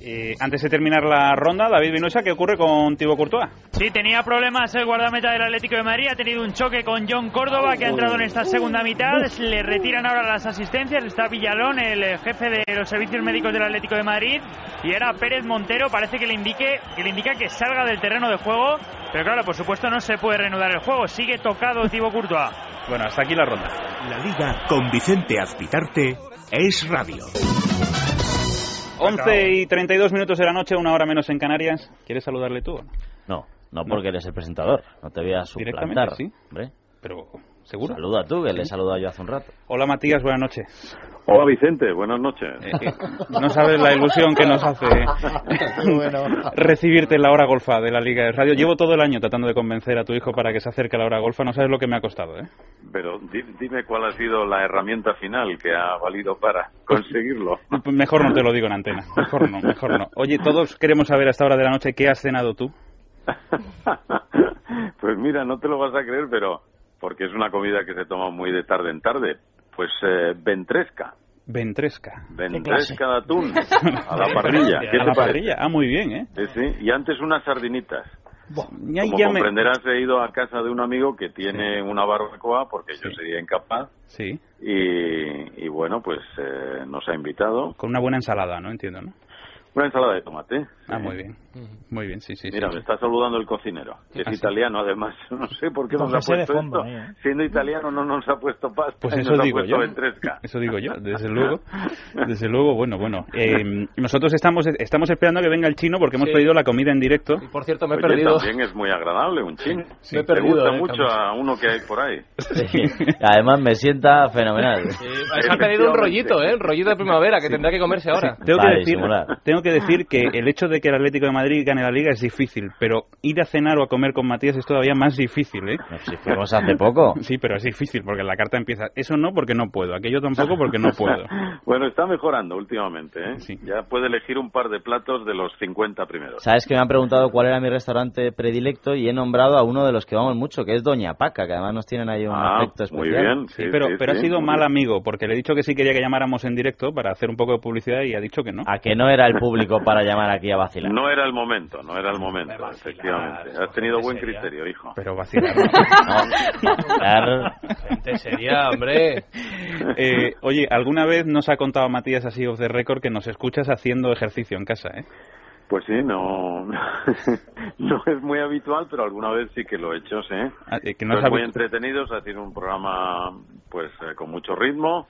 Speaker 1: Eh, antes de terminar la ronda, David Vinocha, ¿qué ocurre con Thibaut Courtois?
Speaker 9: Sí, tenía problemas el guardameta del Atlético de Madrid. Ha tenido un choque con John Córdoba, que ha entrado en esta segunda mitad. Le retiran ahora las asistencias. Está Villalón, el eh, jefe de los servicios médicos del Atlético de Madrid. Y ahora Pérez Montero parece que le, indique, que le indica que salga del terreno de juego. Pero claro, por supuesto, no se puede reanudar el juego. Sigue tocado Thibaut Courtois.
Speaker 1: Bueno, hasta aquí la ronda.
Speaker 10: La Liga con Vicente Azpitarte es radio.
Speaker 1: 11 y 32 minutos de la noche, una hora menos en Canarias. ¿Quieres saludarle tú? o no?
Speaker 4: No, no porque eres el presentador. No te voy a suplantar.
Speaker 1: Directamente, sí.
Speaker 4: Hombre.
Speaker 1: Pero, ¿seguro?
Speaker 4: Saluda tú, que le he saludado yo hace un rato.
Speaker 1: Hola Matías, buenas noches. Eh,
Speaker 18: Hola Vicente, buenas noches.
Speaker 1: No sabes la ilusión que nos hace eh. recibirte en la hora golfa de la Liga de Radio. Llevo todo el año tratando de convencer a tu hijo para que se acerque a la hora golfa. No sabes lo que me ha costado, ¿eh?
Speaker 18: Pero di- dime cuál ha sido la herramienta final que ha valido para conseguirlo.
Speaker 1: Mejor no te lo digo en antena. Mejor no, mejor no. Oye, todos queremos saber a esta hora de la noche qué has cenado tú.
Speaker 18: Pues mira, no te lo vas a creer, pero porque es una comida que se toma muy de tarde en tarde. Pues eh, ventresca,
Speaker 1: Ventresca.
Speaker 18: ventresca de atún a la parrilla. ¿Qué
Speaker 1: A
Speaker 18: te
Speaker 1: la
Speaker 18: parece?
Speaker 1: parrilla. Ah, muy bien, ¿eh?
Speaker 18: Sí, sí. Y antes unas sardinitas.
Speaker 1: Y ahí
Speaker 18: Como
Speaker 1: ya me-
Speaker 18: comprenderás, he ido a casa de un amigo que tiene una barbacoa, porque yo sería incapaz.
Speaker 1: Sí,
Speaker 18: Y, y bueno, pues eh, nos ha invitado
Speaker 1: con una buena ensalada, ¿no? Entiendo, ¿no?
Speaker 18: una ensalada de tomate.
Speaker 1: Ah, muy bien. Muy bien, sí, sí. sí,
Speaker 18: Mira,
Speaker 1: sí.
Speaker 18: me está saludando el cocinero, que es
Speaker 1: Ah, sí.
Speaker 18: italiano además. No sé por qué
Speaker 1: Con
Speaker 18: nos ha
Speaker 1: José de
Speaker 18: puesto
Speaker 1: fondo
Speaker 18: esto.
Speaker 1: ahí, ¿eh?
Speaker 18: Siendo italiano no nos ha puesto pasta,
Speaker 1: Pues
Speaker 18: y
Speaker 1: eso
Speaker 18: nos ha
Speaker 1: digo
Speaker 18: puesto
Speaker 1: yo.
Speaker 18: ventresca.
Speaker 1: Eso digo yo, desde luego. Desde luego, bueno, bueno. Eh, nosotros estamos, estamos esperando que venga el chino porque hemos
Speaker 3: Sí.
Speaker 1: pedido la comida en directo.
Speaker 3: Por cierto, me he
Speaker 18: Oye,
Speaker 3: perdido.
Speaker 18: también es muy agradable un chin.
Speaker 3: Sí. Me he
Speaker 18: Te
Speaker 3: perdido,
Speaker 18: gusta
Speaker 3: eh,
Speaker 18: mucho
Speaker 3: Carlos.
Speaker 18: a uno que hay por ahí.
Speaker 4: Además, me sienta fenomenal.
Speaker 3: Se ha pedido un rollito, ¿eh? El rollito de primavera que tendrá que comerse ahora.
Speaker 1: Tengo que,
Speaker 4: Para
Speaker 1: decir,
Speaker 4: disimular.
Speaker 1: tengo que decir
Speaker 18: Ah.
Speaker 1: que el hecho de que el Atlético de Madrid gane la liga es difícil, pero ir a cenar o a comer con Matías es todavía más difícil, ¿eh?
Speaker 4: Si fuimos hace poco.
Speaker 1: Sí, pero es difícil porque la carta empieza. Eso no porque no puedo, aquello tampoco porque no puedo.
Speaker 18: Bueno, está mejorando últimamente, ¿eh? Ya puede elegir un par de platos de los 50 primeros.
Speaker 4: Sabes que me han preguntado cuál era mi restaurante predilecto y he nombrado a uno de los que vamos mucho, que es Doña Paca, que además nos tienen ahí un
Speaker 18: Ah,
Speaker 4: aspecto especial.
Speaker 18: muy bien, sí,
Speaker 1: pero
Speaker 18: sí,
Speaker 1: pero
Speaker 18: sí,
Speaker 1: ha sido
Speaker 18: muy
Speaker 1: mal
Speaker 18: bien.
Speaker 1: amigo porque le he dicho que sí quería que llamáramos en directo para hacer un poco de publicidad y ha dicho que no.
Speaker 4: Que no era el público para llamar aquí a vacilar.
Speaker 18: No era el momento, no era el momento, efectivamente. Has tenido buen criterio, hijo.
Speaker 1: Pero vacilar.
Speaker 4: Claro.
Speaker 3: Gente seria, hombre.
Speaker 1: Eh, oye, ¿alguna vez nos ha contado Matías así off the record que nos escuchas haciendo ejercicio en casa, eh?
Speaker 18: Pues sí, no, no es muy habitual, pero alguna vez sí que lo he hecho, sí.
Speaker 1: Ah, eh, que no
Speaker 18: Son
Speaker 1: sabe-
Speaker 18: muy entretenidos, ha sido un programa pues eh, con mucho ritmo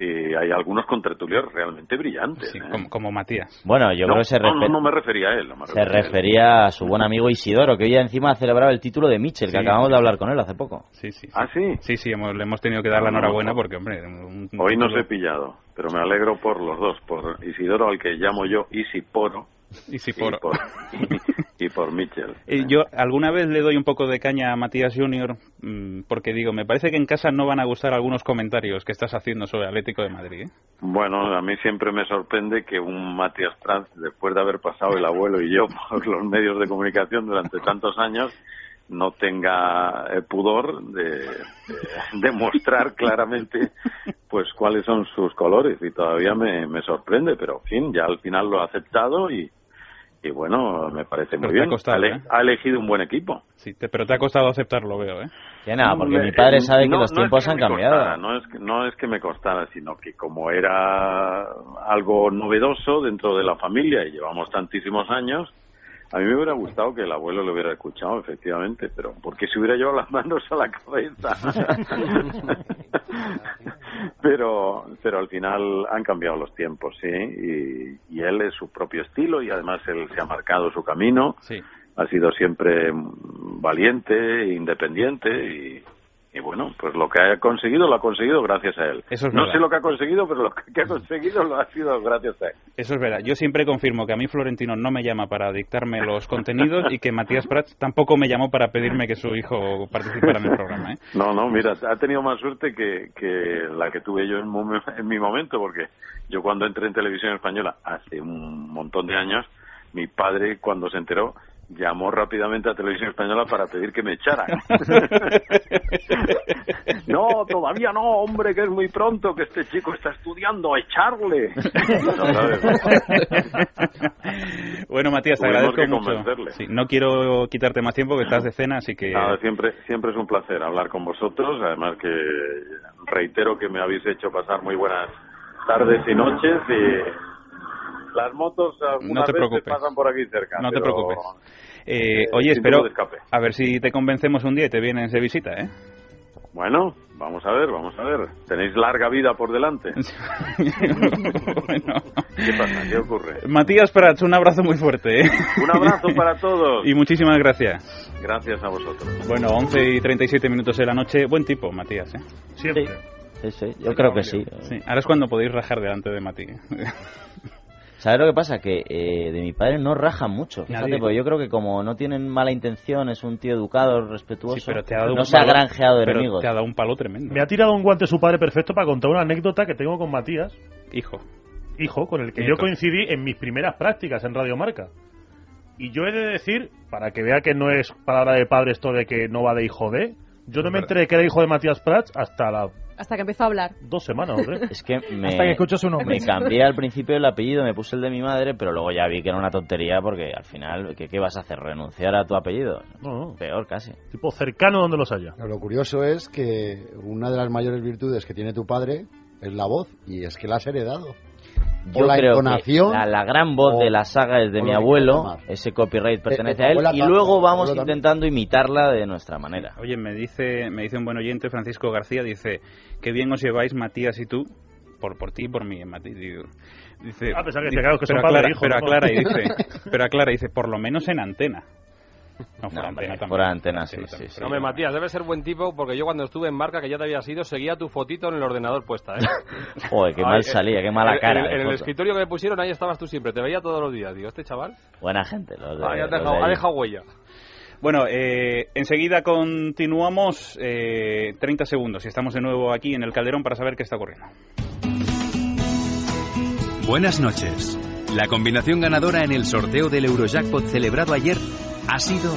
Speaker 18: y hay algunos contertulios realmente brillantes. ¿eh?
Speaker 1: Como, como Matías.
Speaker 4: Bueno, yo
Speaker 18: no,
Speaker 4: creo que se,
Speaker 18: no,
Speaker 4: refe-
Speaker 18: no, no me refería a él. no me
Speaker 4: se
Speaker 18: refería a él.
Speaker 4: refería a su buen amigo Isidoro, que hoy encima ha celebrado el título de Mitchell, que
Speaker 1: Sí.
Speaker 4: acabamos de hablar con él hace poco.
Speaker 1: Sí, sí.
Speaker 18: ¿Ah, sí?
Speaker 1: Sí, sí, hemos- le hemos tenido que dar la
Speaker 18: Ah, no,
Speaker 1: enhorabuena
Speaker 18: no.
Speaker 1: porque, hombre... un- un-
Speaker 18: Hoy no os he pillado, pero me alegro por los dos, por Isidoro, al que llamo yo Isiporo.
Speaker 1: Isiporo.
Speaker 18: Y por, y por Mitchell.
Speaker 1: Eh, Yo alguna vez le doy un poco de caña a Matías Junior mm, porque digo, me parece que en casa no van a gustar algunos comentarios que estás haciendo sobre Atlético de Madrid. ¿eh?
Speaker 18: Bueno, a mí siempre me sorprende que un Matías Trans, después de haber pasado el abuelo y yo por los medios de comunicación durante tantos años, no tenga eh, pudor de, demostrar claramente pues cuáles son sus colores y todavía me, me sorprende, pero en fin, ya al final lo ha aceptado y, y bueno, me parece
Speaker 1: Pero
Speaker 18: muy
Speaker 1: te
Speaker 18: bien.
Speaker 1: ha costado,
Speaker 18: ha, ele-
Speaker 1: ¿eh?
Speaker 18: ha elegido un buen equipo.
Speaker 1: Sí, te- pero te ha costado aceptarlo, veo, ¿eh?
Speaker 4: Que nada, porque mi
Speaker 18: eh,
Speaker 4: padre sabe que los tiempos han cambiado.
Speaker 18: costara, no, es que, no es que me costara, sino que como era algo novedoso dentro de la familia y llevamos tantísimos años, a mí me hubiera gustado que el abuelo lo hubiera escuchado, efectivamente, pero porque se hubiera llevado las manos a la cabeza. pero, pero al final han cambiado los tiempos, sí, y, y él es su propio estilo y además él se ha marcado su camino.
Speaker 1: Sí.
Speaker 18: Ha sido siempre mm, valiente, independiente y, y bueno, pues lo que ha conseguido lo ha conseguido gracias a él.
Speaker 1: Eso es
Speaker 18: no
Speaker 1: verdad.
Speaker 18: sé lo que ha conseguido, pero lo que ha conseguido lo ha sido gracias a él.
Speaker 1: Eso es verdad. Yo siempre confirmo que a mí Florentino no me llama para dictarme los contenidos y que Matías Prats tampoco me llamó para pedirme que su hijo participara en el programa. ¿eh?
Speaker 18: No, no, mira, ha tenido más suerte que, que la que tuve yo en, mom- en mi momento, porque yo cuando entré en televisión española hace un montón de años, mi padre cuando se enteró llamó rápidamente a televisión española para pedir que me echaran. no, todavía no, hombre, que es muy pronto, que este chico está estudiando, echarle. No, ¿sabes?
Speaker 1: Bueno, Matías, te
Speaker 18: Tuvimos
Speaker 1: agradezco
Speaker 18: que
Speaker 1: mucho.
Speaker 18: convencerle.
Speaker 1: Sí, no quiero quitarte más tiempo, que estás de cena, así que...
Speaker 18: Nada, siempre, siempre es un placer hablar con vosotros. Además que reitero que me habéis hecho pasar muy buenas tardes y noches. Y las motos algunas
Speaker 1: No te
Speaker 18: veces
Speaker 1: preocupes.
Speaker 18: pasan por aquí cerca.
Speaker 1: No te
Speaker 18: pero
Speaker 1: preocupes. Eh, oye,
Speaker 18: sin
Speaker 1: espero
Speaker 18: tubo de escape.
Speaker 1: a ver si te convencemos un día y te vienes de visita, ¿eh?
Speaker 18: Bueno, vamos a ver, vamos a ver. Tenéis larga vida por delante. ¿Qué pasa? ¿Qué ocurre?
Speaker 1: Matías Prats, un abrazo muy fuerte. ¿eh?
Speaker 18: Un abrazo para todos.
Speaker 1: y muchísimas gracias.
Speaker 18: Gracias a vosotros.
Speaker 1: Bueno, 11 y 37 minutos de la noche. Buen tipo, Matías. ¿eh?
Speaker 10: Siempre.
Speaker 4: Sí, sí, yo creo que sí.
Speaker 1: Sí, ahora es cuando podéis rajar delante de Mati.
Speaker 4: ¿Sabes lo que pasa? Que eh, de mi padre no rajan mucho. Fíjate,
Speaker 1: Nadie.
Speaker 4: porque yo creo que como no tienen mala intención, es un tío educado, respetuoso,
Speaker 1: Sí, pero te ha dado
Speaker 4: no
Speaker 1: un
Speaker 4: se ha
Speaker 1: palo-
Speaker 4: granjeado
Speaker 1: pero
Speaker 4: enemigos.
Speaker 1: Te ha dado un palo tremendo.
Speaker 10: Me ha tirado un guante su padre perfecto para contar una anécdota que tengo con Matías,
Speaker 1: Hijo.
Speaker 10: hijo, con el que
Speaker 1: Nieto.
Speaker 10: yo coincidí en mis primeras prácticas en Radio Marca. Y yo he de decir, para que vea que no es palabra de padre esto de que no va de hijo de, yo no me enteré que era hijo de Matías Prats hasta las
Speaker 13: Hasta que empezó a hablar.
Speaker 10: dos semanas, hombre.
Speaker 4: Es que me,
Speaker 10: Hasta que escucho su nombre.
Speaker 4: me cambié al principio el apellido, me puse el de mi madre, pero luego ya vi que era una tontería porque al final, ¿qué, qué vas a hacer? ¿Renunciar a tu apellido?
Speaker 10: No, no.
Speaker 4: Peor casi.
Speaker 10: Tipo cercano donde los haya.
Speaker 14: Lo curioso es que una de las mayores virtudes que tiene tu padre es la voz, y es que la has heredado. O
Speaker 4: Yo
Speaker 14: la
Speaker 4: creo que
Speaker 14: entonación.
Speaker 4: la, la gran voz
Speaker 14: Oh.
Speaker 4: de la saga es de
Speaker 14: o
Speaker 4: mi
Speaker 14: lo que
Speaker 4: abuelo,
Speaker 14: quieras
Speaker 4: ese
Speaker 10: Eh,
Speaker 4: copyright pertenece
Speaker 14: de
Speaker 4: a él,
Speaker 14: tu Eh, abuela
Speaker 4: y
Speaker 14: también,
Speaker 4: luego
Speaker 14: de tu
Speaker 4: vamos
Speaker 14: abuelo también.
Speaker 4: intentando imitarla de nuestra manera.
Speaker 1: Oye, me dice, me dice un buen oyente, Francisco García, dice, qué bien os lleváis Matías y tú, por, por ti y por mí, Matías. Dice,
Speaker 10: A pesar que
Speaker 1: dice,
Speaker 10: te cagas que son
Speaker 1: pero,
Speaker 10: padre e
Speaker 1: aclara,
Speaker 10: hijo,
Speaker 1: pero
Speaker 10: ¿no?
Speaker 1: aclara y dice, pero aclara y dice, por lo menos en antena. No, fuera antena
Speaker 4: No, hombre,
Speaker 1: también.
Speaker 4: fuera antena, sí, sí, sí.
Speaker 1: No
Speaker 12: Hombre, Matías, debe ser buen tipo porque yo cuando estuve en marca que ya te había sido seguía tu fotito en el ordenador puesta. ¿eh?
Speaker 4: Joder, qué
Speaker 12: Ay,
Speaker 4: mal
Speaker 12: eh,
Speaker 4: salía, qué mala
Speaker 12: en-
Speaker 4: cara.
Speaker 12: En,
Speaker 4: de
Speaker 12: en el
Speaker 4: foto.
Speaker 12: escritorio que me pusieron ahí estabas tú siempre, te veía todos los días. Digo, este chaval
Speaker 4: Buena gente, los de,
Speaker 12: ah, ya
Speaker 4: los
Speaker 12: te
Speaker 4: de
Speaker 12: ha dejado- ha
Speaker 4: ahí.
Speaker 12: dejado huella.
Speaker 1: Bueno, eh, enseguida continuamos eh, 30 segundos y estamos de nuevo aquí en el Calderón para saber qué está ocurriendo.
Speaker 19: Buenas noches. La combinación ganadora en el sorteo del Eurojackpot celebrado ayer ha sido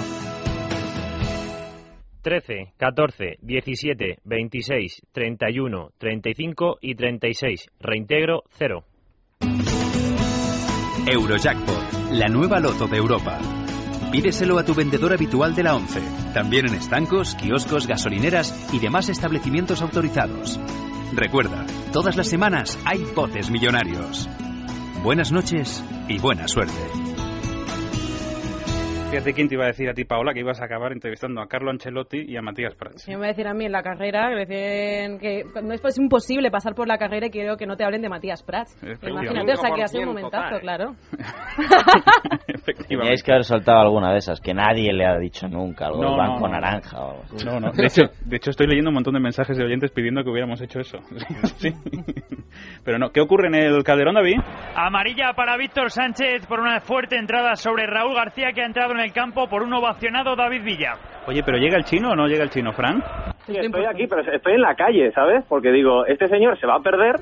Speaker 7: 13, 14, 17, 26, 31, 35 y 36. Reintegro 0.
Speaker 19: Eurojackpot, la nueva loto de Europa. Pídeselo a tu vendedor habitual de la 11, también en estancos, kioscos, gasolineras y demás establecimientos autorizados. Recuerda, todas las semanas hay botes millonarios. Buenas noches y buena suerte.
Speaker 1: Fíjate quién te iba a decir a ti, Paola, que ibas a acabar entrevistando a Carlo Ancelotti y a Matías Prats.
Speaker 13: Me va a decir a mí en la carrera, recién, que no es pues, imposible pasar por la carrera y quiero que no te hablen de Matías Prats. Imagínate, o sea, que hace un
Speaker 4: 5%
Speaker 13: momentazo, claro.
Speaker 4: Teníais que haber soltado alguna de esas, que nadie le ha dicho nunca, algo
Speaker 1: No,
Speaker 4: del
Speaker 1: no,
Speaker 4: Banco
Speaker 1: no.
Speaker 4: Naranja o algo así.
Speaker 1: No, no. De hecho, de hecho, estoy leyendo un montón de mensajes de oyentes pidiendo que hubiéramos hecho eso. Sí. Pero no, ¿qué ocurre en el Calderón, David?
Speaker 9: Amarilla para Víctor Sánchez por una fuerte entrada sobre Raúl García que ha entrado en el campo por un ovacionado David Villa.
Speaker 1: Oye, ¿pero llega el chino o no llega el chino, Frank?
Speaker 17: Sí, estoy aquí, pero estoy en la calle, ¿sabes? Porque digo, este señor se va a perder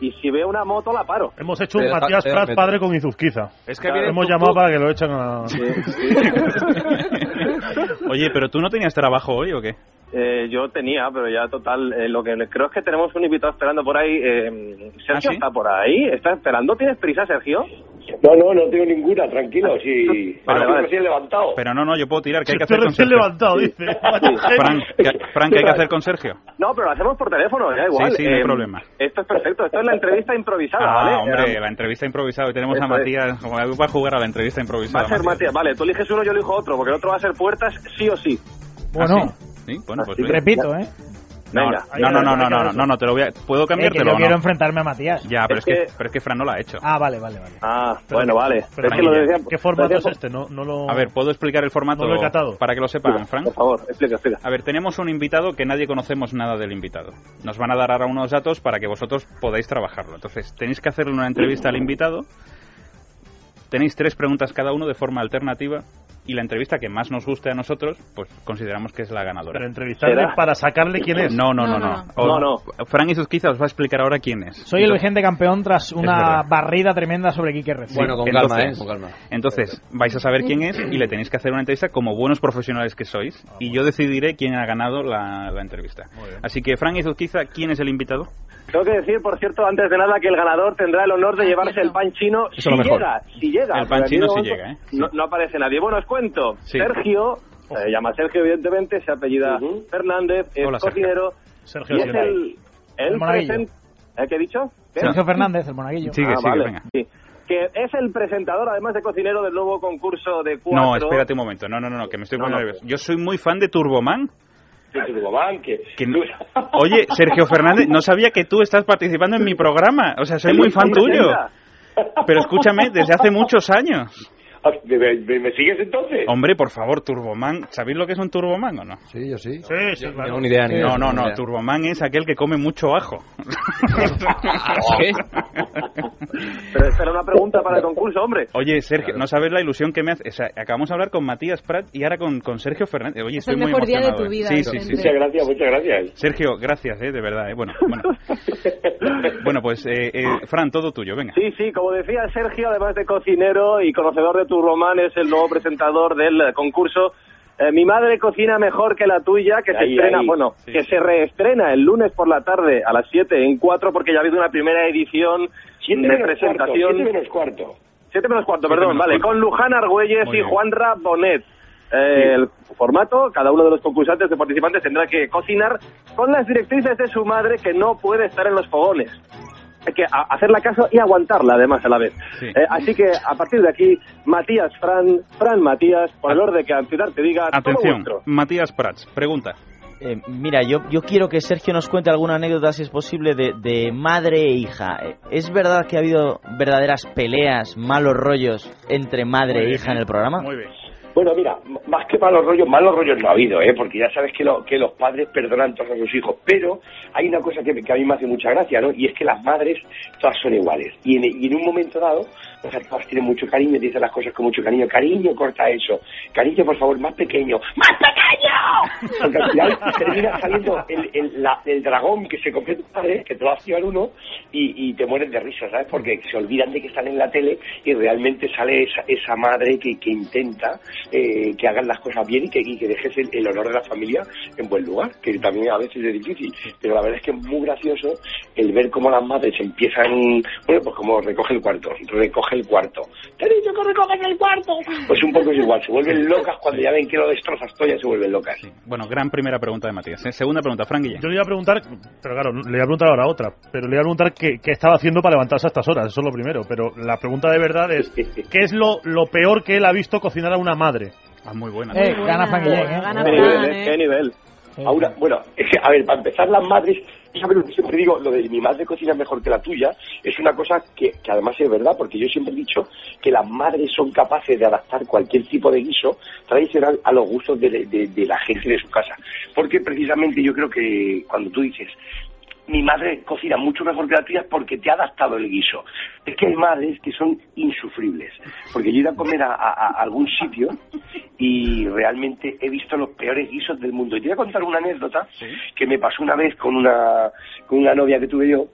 Speaker 17: y si veo una moto la paro.
Speaker 10: Hemos hecho
Speaker 17: Eh,
Speaker 10: un
Speaker 17: ah,
Speaker 10: Matías Prats padre con Izuzquiza.
Speaker 17: Es que viene
Speaker 10: Hemos
Speaker 17: tuk-tuk.
Speaker 10: llamado para que lo echen a...
Speaker 1: Oye, ¿pero tú no tenías trabajo hoy o qué?
Speaker 17: Eh, yo tenía, pero ya total, eh, lo que creo es que tenemos un invitado esperando por ahí. eh,
Speaker 1: ¿Ah,
Speaker 17: Sergio está por ahí, está esperando. ¿Tienes prisa, Sergio? Ah,
Speaker 20: No, no, no tengo ninguna, tranquilo, si...
Speaker 1: Vale, vale.
Speaker 20: recién levantado.
Speaker 1: Pero no, no, yo puedo tirar, que hay que
Speaker 20: Estoy
Speaker 1: hacer con
Speaker 20: recién
Speaker 1: Sergio?
Speaker 20: levantado, dice.
Speaker 1: Frank, ¿qué- Frank, ¿qué hay que hacer con Sergio?
Speaker 17: No, pero lo hacemos por teléfono, ya igual.
Speaker 1: Sí, sí, no hay
Speaker 17: Eh,
Speaker 1: problema.
Speaker 17: Esto es perfecto, esto es la entrevista improvisada, ¿vale?
Speaker 1: Ah, hombre,
Speaker 17: Eh,
Speaker 1: la entrevista improvisada. Hoy tenemos a
Speaker 17: Eso es.
Speaker 1: Matías, como va a jugar a la entrevista
Speaker 17: Va
Speaker 1: improvisada.
Speaker 17: a ser
Speaker 1: Matías.
Speaker 17: Matías, vale, tú eliges uno, yo elijo otro, porque el otro va a ser puertas sí o sí.
Speaker 1: Bueno. Sí, bueno, pues
Speaker 21: Repito, ¿eh?
Speaker 1: No,
Speaker 17: Venga.
Speaker 1: no, no, no, no, no, no, no, no, te lo voy a... ¿Puedo
Speaker 21: Eh, que
Speaker 1: cambiártelo
Speaker 21: yo
Speaker 1: o
Speaker 21: quiero
Speaker 1: no?
Speaker 21: enfrentarme a Matías.
Speaker 1: Ya, pero
Speaker 21: Es
Speaker 1: es, que...
Speaker 21: que-
Speaker 1: pero es que Fran no lo ha hecho.
Speaker 21: Ah, vale, vale, vale.
Speaker 17: Ah, bueno, vale.
Speaker 1: Pero
Speaker 17: es que lo
Speaker 1: Guillem,
Speaker 17: decía-
Speaker 1: ¿qué formato
Speaker 17: lo
Speaker 1: es
Speaker 17: decía-
Speaker 1: este?
Speaker 10: No, no lo...
Speaker 1: A ver, ¿puedo explicar el formato
Speaker 10: No lo he catado.
Speaker 1: para que lo sepan, Frank? Por
Speaker 17: favor, explica, explica.
Speaker 1: A ver, tenemos un invitado que nadie conocemos nada del invitado. Nos van a dar ahora unos datos para que vosotros podáis trabajarlo. Entonces, tenéis que hacerle una entrevista al invitado. Tenéis tres preguntas cada uno de forma alternativa. Y la entrevista que más nos guste a nosotros, pues consideramos que es la ganadora.
Speaker 10: Pero entrevistarle ¿Será? para sacarle quién es.
Speaker 1: No, no,
Speaker 10: No,
Speaker 1: no, no.
Speaker 10: no, no. No,
Speaker 1: Frank Izuzquiza os va a explicar ahora quién es.
Speaker 21: Soy el vigente campeón tras una
Speaker 1: verdad.
Speaker 21: barrida tremenda sobre Quique Recio.
Speaker 1: Sí,
Speaker 9: ¿eh?
Speaker 1: entonces- Entonces, vais a saber quién es y le tenéis que hacer una entrevista como buenos profesionales que sois. Y yo decidiré quién ha ganado la, la entrevista. Así que, Frank Izuzquiza, ¿quién es el invitado?
Speaker 17: Tengo que decir, por cierto, antes de nada, que el ganador tendrá el honor de llevarse el pan chino
Speaker 1: Eso es
Speaker 17: si
Speaker 1: lo mejor.
Speaker 17: llega, si llega.
Speaker 1: El pan
Speaker 17: Porque
Speaker 1: chino
Speaker 17: aquí
Speaker 1: si
Speaker 17: de momento
Speaker 1: llega, ¿eh?
Speaker 17: No, no aparece nadie. Bueno, os cuento.
Speaker 1: Sí.
Speaker 17: Sergio, se llama Sergio, evidentemente, se apellida Fernández, es
Speaker 21: Hola, Sergio.
Speaker 17: cocinero.
Speaker 21: Sergio
Speaker 17: y es
Speaker 21: Fernández.
Speaker 17: el, el
Speaker 21: El monaguillo.
Speaker 17: presen- ¿Eh, ¿Qué he dicho? ¿Qué?
Speaker 21: Sergio Fernández, el monaguillo.
Speaker 1: Sigue, sigue, venga.
Speaker 17: Ah, Sí. Que es el presentador, además de cocinero, del nuevo concurso de cuatro.
Speaker 1: No, espérate un momento. No, no, no, no, que me estoy
Speaker 17: No,
Speaker 1: poniendo
Speaker 17: no.
Speaker 1: nervioso. Yo soy muy fan de Turboman.
Speaker 20: que...
Speaker 1: que no- Oye, Sergio Fernández, no sabía que tú estás participando en mi programa. O sea, soy muy fan
Speaker 20: Hombre,
Speaker 1: tuyo.
Speaker 20: venga.
Speaker 1: Pero escúchame, desde hace muchos años.
Speaker 20: Ah, ¿Me, me- me sigues entonces?
Speaker 1: Hombre, por favor, Turboman. ¿Sabéis lo que es un Turboman o no?
Speaker 14: Sí, yo sí.
Speaker 10: Sí, sí, claro.
Speaker 1: No, no, no. Turboman es aquel que come mucho ajo.
Speaker 17: Pero esta era una pregunta para el concurso, hombre.
Speaker 1: Oye, Sergio, no sabes la ilusión que me hace. O sea, acabamos de hablar con Matías Prat y ahora con, con Sergio Fernández. Oye,
Speaker 13: Es
Speaker 1: estoy
Speaker 13: el
Speaker 1: muy
Speaker 13: mejor día de
Speaker 1: emocionado.
Speaker 13: tu
Speaker 1: ¿eh?
Speaker 13: vida,
Speaker 1: Sí, sí,
Speaker 13: Vicente.
Speaker 1: sí, sí.
Speaker 13: Muchas
Speaker 20: gracias, muchas gracias.
Speaker 1: Sergio, gracias, ¿eh? de verdad. ¿eh? Bueno, bueno. bueno, pues, eh, eh, Fran, todo tuyo, venga.
Speaker 17: Sí, sí, como decía Sergio, además de cocinero y conocedor de Turboman, es el nuevo presentador del eh, concurso eh, Mi madre cocina mejor que la tuya, que se
Speaker 20: Ahí,
Speaker 17: estrena,
Speaker 20: ahí.
Speaker 17: bueno,
Speaker 20: Sí.
Speaker 17: que se reestrena el lunes por la tarde a las 7 en 4, porque ya ha habido una primera edición
Speaker 20: Siete
Speaker 17: de
Speaker 20: menos
Speaker 17: presentación.
Speaker 20: Cuarto, siete menos cuarto.
Speaker 17: 7 menos cuarto,
Speaker 20: Siete
Speaker 17: perdón,
Speaker 20: menos
Speaker 17: vale,
Speaker 20: cuarto.
Speaker 17: con Luján Argüelles
Speaker 20: Muy
Speaker 17: y
Speaker 20: bien.
Speaker 17: Juan Rabonet. Eh,
Speaker 20: Sí.
Speaker 17: El formato, cada uno de los concursantes de participantes tendrá que cocinar con las directrices de su madre que no puede estar en los fogones. Hay que a- hacerla caso y aguantarla además a la vez. Eh, así que a partir de aquí, Matías Fran, Fran Matías, por el orden que Ciudad te diga, todo
Speaker 1: Atención,
Speaker 17: vuestro.
Speaker 1: Matías Prats, pregunta.
Speaker 4: Eh, mira, yo, yo quiero que Sergio nos cuente alguna anécdota, si es posible, de, de madre e hija. Eh, ¿Es verdad que ha habido verdaderas peleas, malos rollos entre madre e hija en el programa?
Speaker 1: Muy bien.
Speaker 20: Bueno, mira, m- más que malos rollos, malos rollos no ha habido, ¿eh? porque ya sabes que, lo- que los padres perdonan todos a sus hijos, pero hay una cosa que, que a mí me hace mucha gracia, ¿no? Y es que las madres todas son iguales. Y en, y en un momento dado, o sea, todas tienen mucho cariño, te dicen las cosas con mucho cariño. Cariño, corta eso. Cariño, por favor, más pequeño. ¡Más pequeño! Porque al final termina saliendo el, el- la- el dragón que se cogió tu padre, que te lo hacía uno, y, y te mueres de risa, ¿sabes? Porque se olvidan de que están en la tele y realmente sale esa, esa madre que, que intenta eh, que hagan las cosas bien y que, y que dejes el, el honor de la familia en buen lugar, que también a veces es difícil. Pero la verdad es que es muy gracioso el ver cómo las madres empiezan, bueno, pues como recoge el cuarto, recoge el cuarto. Te he dicho que recoges el cuarto. Pues un poco es igual, se vuelven locas cuando ya ven que lo destrozas todo, ya se vuelven locas.
Speaker 1: Bueno, gran primera pregunta de Matías. ¿eh? Segunda pregunta, Frank Guillén.
Speaker 10: Yo le iba a preguntar, pero claro, le iba a preguntar ahora otra, pero le iba a preguntar qué, qué estaba haciendo para levantarse a estas horas, eso es lo primero. Pero la pregunta de verdad es, ¿qué es lo, lo peor que él ha visto cocinar a una madre?
Speaker 1: Ah, muy buena.
Speaker 21: Eh, gana Fran Guillén, eh.
Speaker 20: ¿Qué nivel, eh? ¿Qué nivel? Ahora, bueno, es que, a ver, para empezar, las madres, ¿sabes lo que siempre digo? Lo de mi madre cocina mejor que la tuya, es una cosa que, que además es verdad, porque yo siempre he dicho que las madres son capaces de adaptar cualquier tipo de guiso tradicional a los gustos de, de- de la gente de su casa. Porque precisamente yo creo que cuando tú dices, mi madre cocina mucho mejor que la tuya porque te ha adaptado el guiso. Es que hay madres que son insufribles. Porque yo he ido a comer a, a- a algún sitio y realmente he visto los peores guisos del mundo. Y te voy a contar una anécdota que me pasó una vez con una, con una novia que tuve yo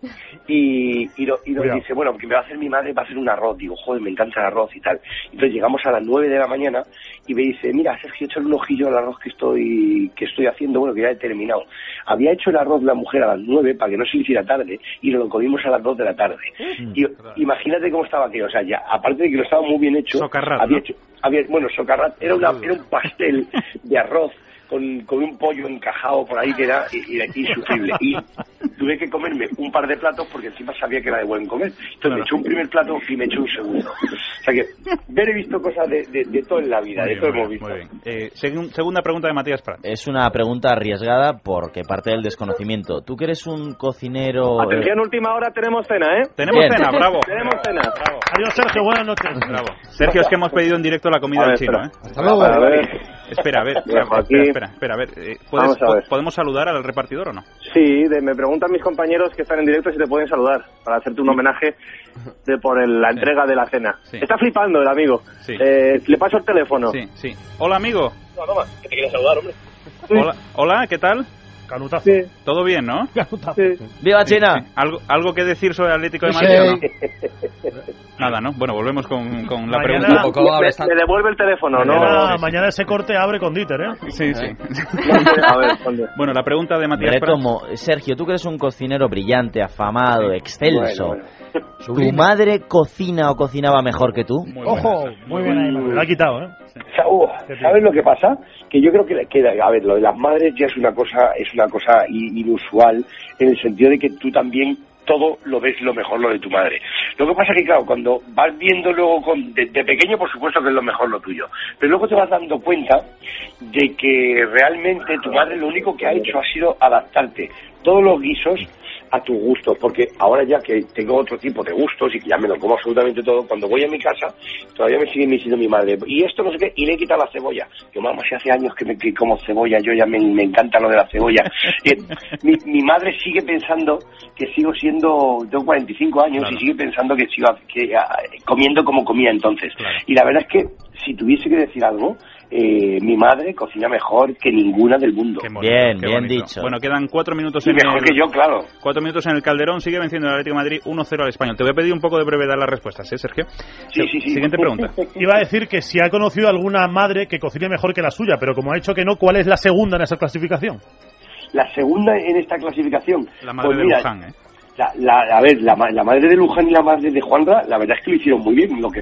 Speaker 20: y, y, lo- y nos
Speaker 10: Cuidado.
Speaker 20: dice, bueno, que me va a hacer mi madre, va a hacer un arroz. Digo, joder, me encanta el arroz y tal. Entonces llegamos a las 9 de la mañana y me dice, mira, Sergio, echar un ojillo al arroz que estoy, que estoy haciendo, bueno, que ya he terminado. Había hecho el arroz la mujer a las 9 para que no se le hiciera tarde y nos lo comimos a las 2 de la tarde.
Speaker 1: Mm,
Speaker 20: Y, imagínate cómo estaba aquello. O sea, ya, aparte de que lo estaba muy bien hecho, había hecho, había, bueno, socarrat era, una, era un pastel de arroz con, con un pollo encajado por ahí que era, era insufrible. Y tuve que comerme un par de platos porque encima sabía que era de buen comer. Entonces me eché un primer plato y me eché un segundo. O sea que ver he visto cosas de, de, de todo en la vida,
Speaker 1: Muy
Speaker 20: de
Speaker 1: bien,
Speaker 20: todo
Speaker 1: muy
Speaker 20: hemos
Speaker 1: bien,
Speaker 20: visto.
Speaker 1: muy bien. Eh, segun- segunda pregunta de Matías Prat.
Speaker 4: Es una pregunta arriesgada porque parte del desconocimiento. Tú que eres un cocinero... eh,
Speaker 1: Atención,
Speaker 22: última hora tenemos cena, ¿eh?
Speaker 1: Tenemos
Speaker 4: Bien.
Speaker 1: cena, bravo.
Speaker 22: Tenemos cena.
Speaker 10: Adiós, Sergio, buenas noches.
Speaker 1: Bravo. Sergio, es que hemos pedido en directo la comida
Speaker 10: A ver,
Speaker 1: del chino,
Speaker 10: espera.
Speaker 1: ¿eh?
Speaker 10: Hasta luego. A ver.
Speaker 1: Espera, a ver,
Speaker 22: Dejo
Speaker 1: espera,
Speaker 22: aquí.
Speaker 1: espera, espera, espera, a ver. eh, ¿puedes-
Speaker 22: Vamos a
Speaker 1: po-
Speaker 22: ver.
Speaker 1: ¿Podemos saludar al repartidor o no?
Speaker 22: Sí, de- me preguntan mis compañeros que están en directo si te pueden saludar para hacerte un homenaje de por el- la entrega de la cena. Está flipando el amigo. Eh, le paso el teléfono.
Speaker 1: Sí, sí. Hola, amigo.
Speaker 22: No, toma, que te quería saludar, hombre.
Speaker 1: Hola, hola, ¿qué tal?
Speaker 10: Canutazo.
Speaker 1: Todo bien, ¿no?
Speaker 4: ¡Viva
Speaker 1: China! ¿Algo, ¿algo que decir sobre Atlético de
Speaker 22: Sí.
Speaker 1: Madrid o no? Nada, ¿no? Bueno, volvemos con, con la
Speaker 10: Mañana-
Speaker 1: pregunta.
Speaker 10: Tampoco abre esta-
Speaker 22: Me devuelve el teléfono, ¿no?
Speaker 10: Mañana, mañana ese corte abre con Dieter, ¿eh?
Speaker 1: Sí, sí.
Speaker 22: A ver, ponle.
Speaker 1: Bueno, la pregunta de Matías Prat.
Speaker 4: Retomo, eh, Sergio, tú que eres un cocinero brillante, afamado, excelso.
Speaker 1: Bueno,
Speaker 4: ¿Tu madre cocina o cocinaba mejor que tú?
Speaker 21: Ojo, muy bien ahí.
Speaker 10: Lo ha quitado, ¿eh?
Speaker 20: Saúl, oh, ¿Sabes lo que pasa? Que yo creo que, la- que la- a ver, lo de las madres ya es una cosa, es una cosa i- inusual en el sentido de que tú también todo lo ves lo mejor lo de tu madre. Lo que pasa que claro, cuando vas viendo luego con- de, de pequeño, por supuesto que es lo mejor lo tuyo, pero luego te vas dando cuenta de que realmente tu madre lo único que ha hecho ha sido adaptarte todos los guisos a tus gustos, porque ahora ya que tengo otro tipo de gustos y que ya me lo como absolutamente todo, cuando voy a mi casa todavía me sigue diciendo mi madre, y esto no sé qué, y le he quitado la cebolla. Yo, mamá, si hace años que, me, que como cebolla, yo ya me, me encanta lo de la cebolla. Y mi, mi madre sigue pensando que sigo siendo, tengo 45 años y sigue pensando que sigo que, ah, comiendo como comía entonces. Y la verdad es que si tuviese que decir algo, eh, mi madre cocina mejor que ninguna del mundo.
Speaker 4: Bien,
Speaker 1: Qué
Speaker 4: bien
Speaker 1: bonito.
Speaker 4: dicho.
Speaker 1: Bueno, quedan cuatro minutos
Speaker 20: Y
Speaker 1: en
Speaker 20: mejor
Speaker 1: el...
Speaker 20: que yo, claro.
Speaker 1: Cuatro minutos en el Calderón, sigue venciendo el Atlético de Madrid 1-0 al Español. Te voy a pedir un poco de brevedad en las respuestas, ¿eh, Sergio? Se- Siguiente pregunta.
Speaker 10: Iba a decir que si ha conocido alguna madre que cocine mejor que la suya, pero como ha hecho que no, ¿cuál es la segunda en esa clasificación?
Speaker 20: La segunda en esta clasificación.
Speaker 1: La madre
Speaker 20: Pues
Speaker 1: de
Speaker 20: mira,
Speaker 1: Luján, ¿eh?
Speaker 20: La, la- a ver, la, ma- la madre de Luján y la madre de Juanra, la verdad es que lo hicieron muy bien. Lo que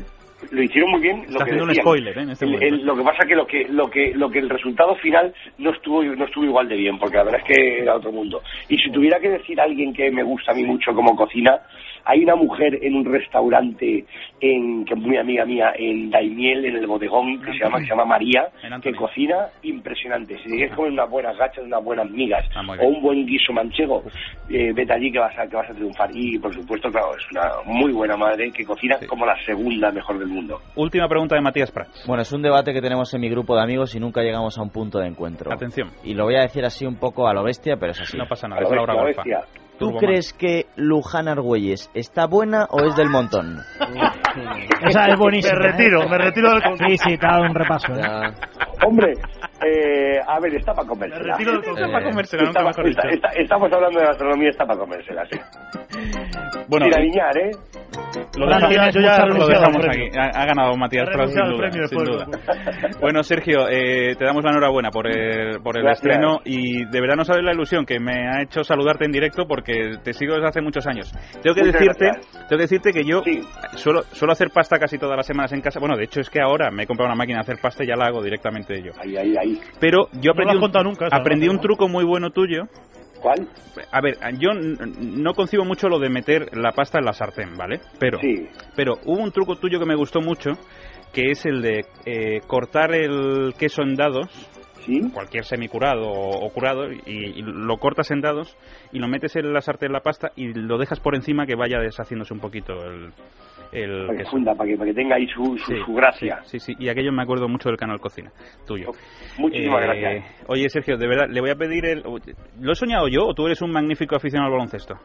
Speaker 20: lo hicieron muy bien.
Speaker 1: Está
Speaker 20: lo que
Speaker 1: haciendo un
Speaker 20: decían.
Speaker 1: spoiler, ¿eh? En este
Speaker 20: El-
Speaker 1: momento.
Speaker 20: el- lo que pasa que lo que lo que lo que el resultado final no estuvo no estuvo igual de bien, porque la verdad es que era otro mundo. Y si tuviera que decir a alguien que me gusta a mí mucho como cocina, hay una mujer en un restaurante en que es muy amiga mía en Daimiel, en el bodegón que se llama que se llama María, que cocina impresionante. Si quieres comer unas buenas gachas, unas buenas migas
Speaker 1: Ah, muy
Speaker 20: o
Speaker 1: bien.
Speaker 20: un buen guiso manchego, eh, vete allí que vas a que vas a triunfar. Y por supuesto, claro, es una muy buena madre que cocina como la segunda mejor del mundo.
Speaker 1: Última pregunta de Matías Prat.
Speaker 4: Bueno, es un debate que tenemos en mi grupo de amigos y nunca llegamos a un punto de encuentro.
Speaker 1: Atención.
Speaker 4: Y lo voy a decir así un poco a lo bestia, pero es así.
Speaker 1: No pasa nada, A lo es la hora bestia, golfa. bestia.
Speaker 4: ¿Tú
Speaker 1: Turboman.
Speaker 4: crees que Luján Argüelles está buena o es del montón?
Speaker 2: Esa es buenísima.
Speaker 10: Me retiro, me retiro del
Speaker 4: ¿eh?
Speaker 2: Sí, sí, te ha dado un repaso. ¿eh?
Speaker 20: Hombre, eh, a ver, está para comérsela.
Speaker 1: retiro del consejo. Está pa' comérsela, nunca
Speaker 20: Estamos-
Speaker 1: mejor dicho.
Speaker 20: está- está- estamos hablando de gastronomía, está para comérsela, sí.
Speaker 1: Bueno,
Speaker 20: Sin aliñar, ¿eh?
Speaker 1: Lo
Speaker 20: Nada,
Speaker 1: dejamos,
Speaker 20: yo ya he
Speaker 1: lo
Speaker 20: renunciado
Speaker 1: dejamos
Speaker 20: al
Speaker 1: aquí.
Speaker 20: premio.
Speaker 1: Ha, ha ganado Matías
Speaker 20: He
Speaker 1: Prats, sin
Speaker 20: renunciado al
Speaker 1: duda.
Speaker 20: premio
Speaker 1: sin
Speaker 20: después,
Speaker 1: duda. Bueno, Sergio, eh, te damos la enhorabuena por el, por el
Speaker 11: Gracias.
Speaker 1: estreno y de verdad no sabes la ilusión que me ha hecho saludarte en directo porque te sigo desde hace muchos años. Tengo que
Speaker 11: Muchas
Speaker 1: decirte tengo que decirte que yo suelo, suelo hacer pasta casi todas las semanas en casa. Bueno, de hecho es que ahora me he comprado una máquina de hacer pasta y ya la hago directamente yo. Pero yo
Speaker 10: No lo
Speaker 1: aprendí,
Speaker 10: has contado
Speaker 1: un,
Speaker 10: nunca, esa,
Speaker 1: aprendí
Speaker 10: ¿no?
Speaker 1: un truco muy bueno tuyo
Speaker 20: ¿Cuál?
Speaker 1: a ver, yo n- no concibo mucho lo de meter la pasta en la sartén, ¿vale? Pero, pero hubo un truco tuyo que me gustó mucho, que es el de eh, cortar el queso en dados, cualquier semicurado o, o curado, y, y lo cortas en dados y lo metes en la sartén la pasta y lo dejas por encima que vaya deshaciéndose un poquito el, el
Speaker 20: Para que
Speaker 1: queso.
Speaker 20: funda, para que, para que tenga ahí su, su,
Speaker 1: Sí,
Speaker 20: su gracia.
Speaker 1: Sí, sí, sí. y aquello me acuerdo mucho del canal Cocina, tuyo. Eh,
Speaker 20: Muchísimas gracias.
Speaker 1: Oye, Sergio, de verdad, le voy a pedir el... ¿Lo he soñado yo o tú eres un magnífico aficionado al baloncesto?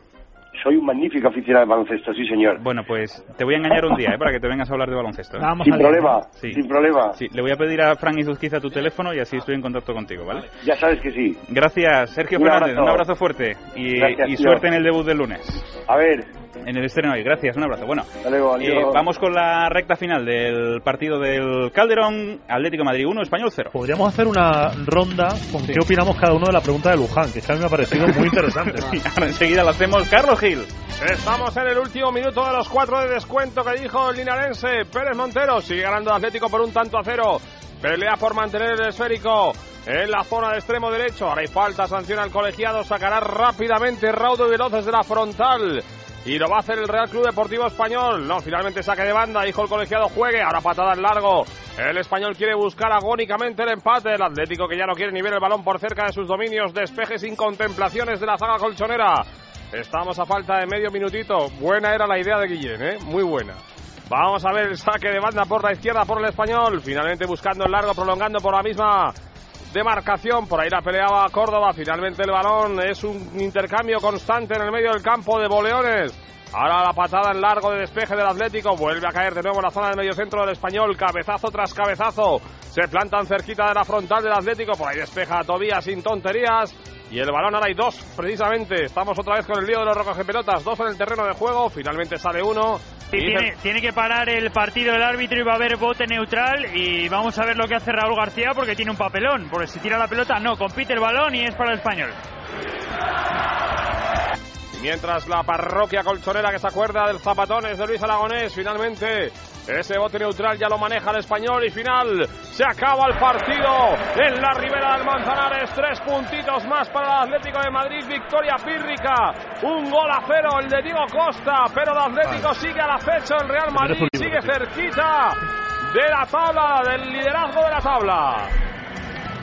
Speaker 20: Soy un magnífico aficionado de baloncesto, sí, señor.
Speaker 1: Bueno, pues te voy a engañar un día, ¿eh? Para que te vengas a hablar de baloncesto. ¿eh?
Speaker 20: Sin problema, sin problema.
Speaker 1: Sí, le voy a pedir a Frank Izuzquiza tu teléfono y así estoy en contacto contigo, ¿vale?
Speaker 20: Ya sabes que sí.
Speaker 1: Gracias, Sergio
Speaker 20: Un
Speaker 1: Fernández.
Speaker 20: abrazo.
Speaker 1: Un abrazo fuerte y,
Speaker 20: Gracias,
Speaker 1: y
Speaker 20: tío.
Speaker 1: suerte en el debut del lunes.
Speaker 20: A ver.
Speaker 1: En el estreno hoy. Gracias, un abrazo. Bueno,
Speaker 20: Hasta luego,
Speaker 1: eh,
Speaker 20: adiós.
Speaker 1: vamos con la recta final del partido del Calderón. Atlético de Madrid 1, Español 0.
Speaker 10: Podríamos hacer una
Speaker 1: Ah,
Speaker 10: ronda
Speaker 1: pues
Speaker 10: con qué opinamos cada uno de la pregunta de Luján, que esta a mí me ha parecido muy interesante.
Speaker 1: Ahora enseguida la hacemos. Carlos Gil.
Speaker 12: Estamos en el último minuto de los cuatro de descuento que dijo el linarense. Pérez Montero sigue ganando Atlético por un tanto a cero. Pelea por mantener el esférico en la zona de extremo derecho. Ahora hay falta, sanciona al colegiado. Sacará rápidamente Raudo y Veloz desde la frontal. Y lo va a hacer el Real Club Deportivo Español. No, finalmente saque de banda, dijo el colegiado, juegue. Ahora patada en largo. El español quiere buscar agónicamente el empate. El Atlético que ya no quiere ni ver el balón por cerca de sus dominios. Despeje sin contemplaciones de la zaga colchonera. Estamos a falta de medio minutito. Buena era la idea de Guillén, ¿eh? Muy buena. Vamos a ver el saque de banda por la izquierda por el español. Finalmente buscando el largo, prolongando por la misma demarcación. Por ahí la peleaba Córdoba. Finalmente el balón es un intercambio constante en el medio del campo de boleones. Ahora la patada en largo de despeje del Atlético. Vuelve a caer de nuevo en la zona del medio centro del español. Cabezazo tras cabezazo. Se plantan cerquita de la frontal del Atlético. Por ahí despeja a Tobías sin tonterías. Y el balón ahora hay dos, precisamente. Estamos otra vez con el lío de los recogepelotas. Dos en el terreno de juego. Finalmente sale uno.
Speaker 9: Sí,
Speaker 12: Y
Speaker 9: tiene, tiene que parar el partido el árbitro y va a haber bote neutral y vamos a ver lo que hace Raúl García porque tiene un papelón, porque si tira la pelota no, compite el balón y es para el español.
Speaker 12: Mientras la parroquia colchonera que se acuerda del zapatones de Luis Aragonés, finalmente ese bote neutral ya lo maneja el español y final se acaba el partido en la ribera del Manzanares. Tres puntitos más para el Atlético de Madrid, victoria pírrica, un gol a cero el de Diego Costa, pero el Atlético sigue a la fecha, el Real Madrid
Speaker 10: un
Speaker 12: sigue cerquita de la tabla, del liderazgo de la tabla.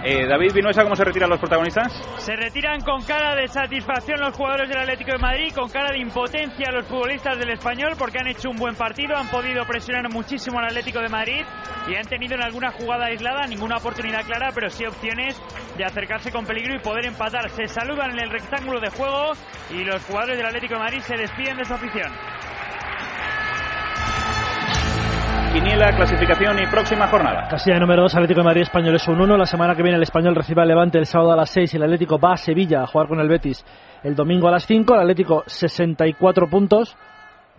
Speaker 1: Eh, David Vinuesa, ¿cómo se retiran los protagonistas?
Speaker 9: Se retiran con cara de satisfacción los jugadores del Atlético de Madrid, con cara de impotencia los futbolistas del español porque han hecho un buen partido, han podido presionar muchísimo al Atlético de Madrid y han tenido en alguna jugada aislada, ninguna oportunidad clara, pero sí opciones de acercarse con peligro y poder empatar. Se saludan en el rectángulo de juego y los jugadores del Atlético de Madrid se despiden de su afición.
Speaker 1: Quiniela, clasificación y próxima jornada.
Speaker 2: Casilla número 2, Atlético de Madrid Español es un 1. La semana que viene el Español recibe al Levante el sábado a las 6 y el Atlético va a Sevilla a jugar con el Betis el domingo a las 5. El Atlético 64 puntos.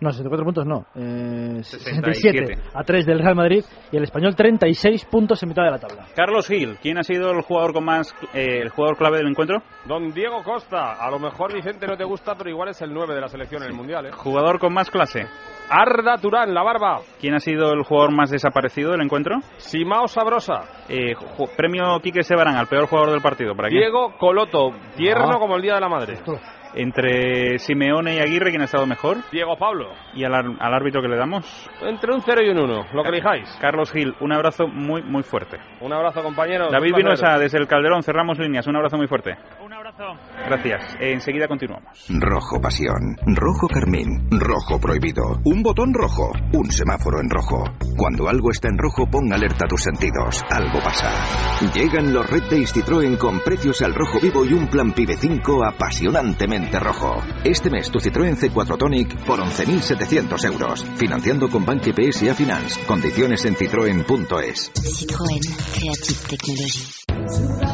Speaker 2: No, 64 puntos no. eh, 67,
Speaker 1: 67.
Speaker 2: a 3 del Real Madrid y el Español 36 puntos en mitad de la tabla.
Speaker 1: Carlos Gil, ¿quién ha sido el jugador con más, eh, el jugador clave del encuentro?
Speaker 12: Don Diego Costa, a lo mejor Vicente no te gusta, pero igual es el 9 de la selección en el Mundial. ¿eh?
Speaker 1: Jugador con más clase.
Speaker 12: Arda Turán, la barba.
Speaker 1: ¿Quién ha sido el jugador más desaparecido del encuentro? Eh,
Speaker 12: Simao Sabrosa.
Speaker 1: premio Quique Sebarán al peor jugador del partido. ¿Para quién?
Speaker 12: Diego Coloto, tierno
Speaker 1: Ah.
Speaker 12: como el Día de la Madre.
Speaker 1: Entre Simeone y Aguirre, ¿quién ha estado mejor?
Speaker 12: Diego Pablo.
Speaker 1: ¿Y al, ar- al árbitro que le damos?
Speaker 12: Entre un 0 y un 1, lo que elijáis.
Speaker 1: Carlos Gil, un abrazo muy, muy fuerte.
Speaker 12: Un abrazo, compañero.
Speaker 1: David
Speaker 12: Un placer.
Speaker 1: Vinosa, desde el Calderón, cerramos líneas. Un abrazo muy fuerte.
Speaker 9: abrazo.
Speaker 1: Gracias. Eh, enseguida continuamos.
Speaker 11: Rojo pasión, rojo carmín, rojo prohibido, un botón rojo, un semáforo en rojo. Cuando algo está en rojo, pon alerta tus sentidos, algo pasa. Llegan los Red Days Citroën con precios al rojo vivo y un plan Pibe 5 apasionantemente rojo. Este mes tu Citroën C4 Tonic por 11.700 euros, financiando con Banque PSA Finance. Condiciones en citroen.es.
Speaker 23: Citroën Creative Technology.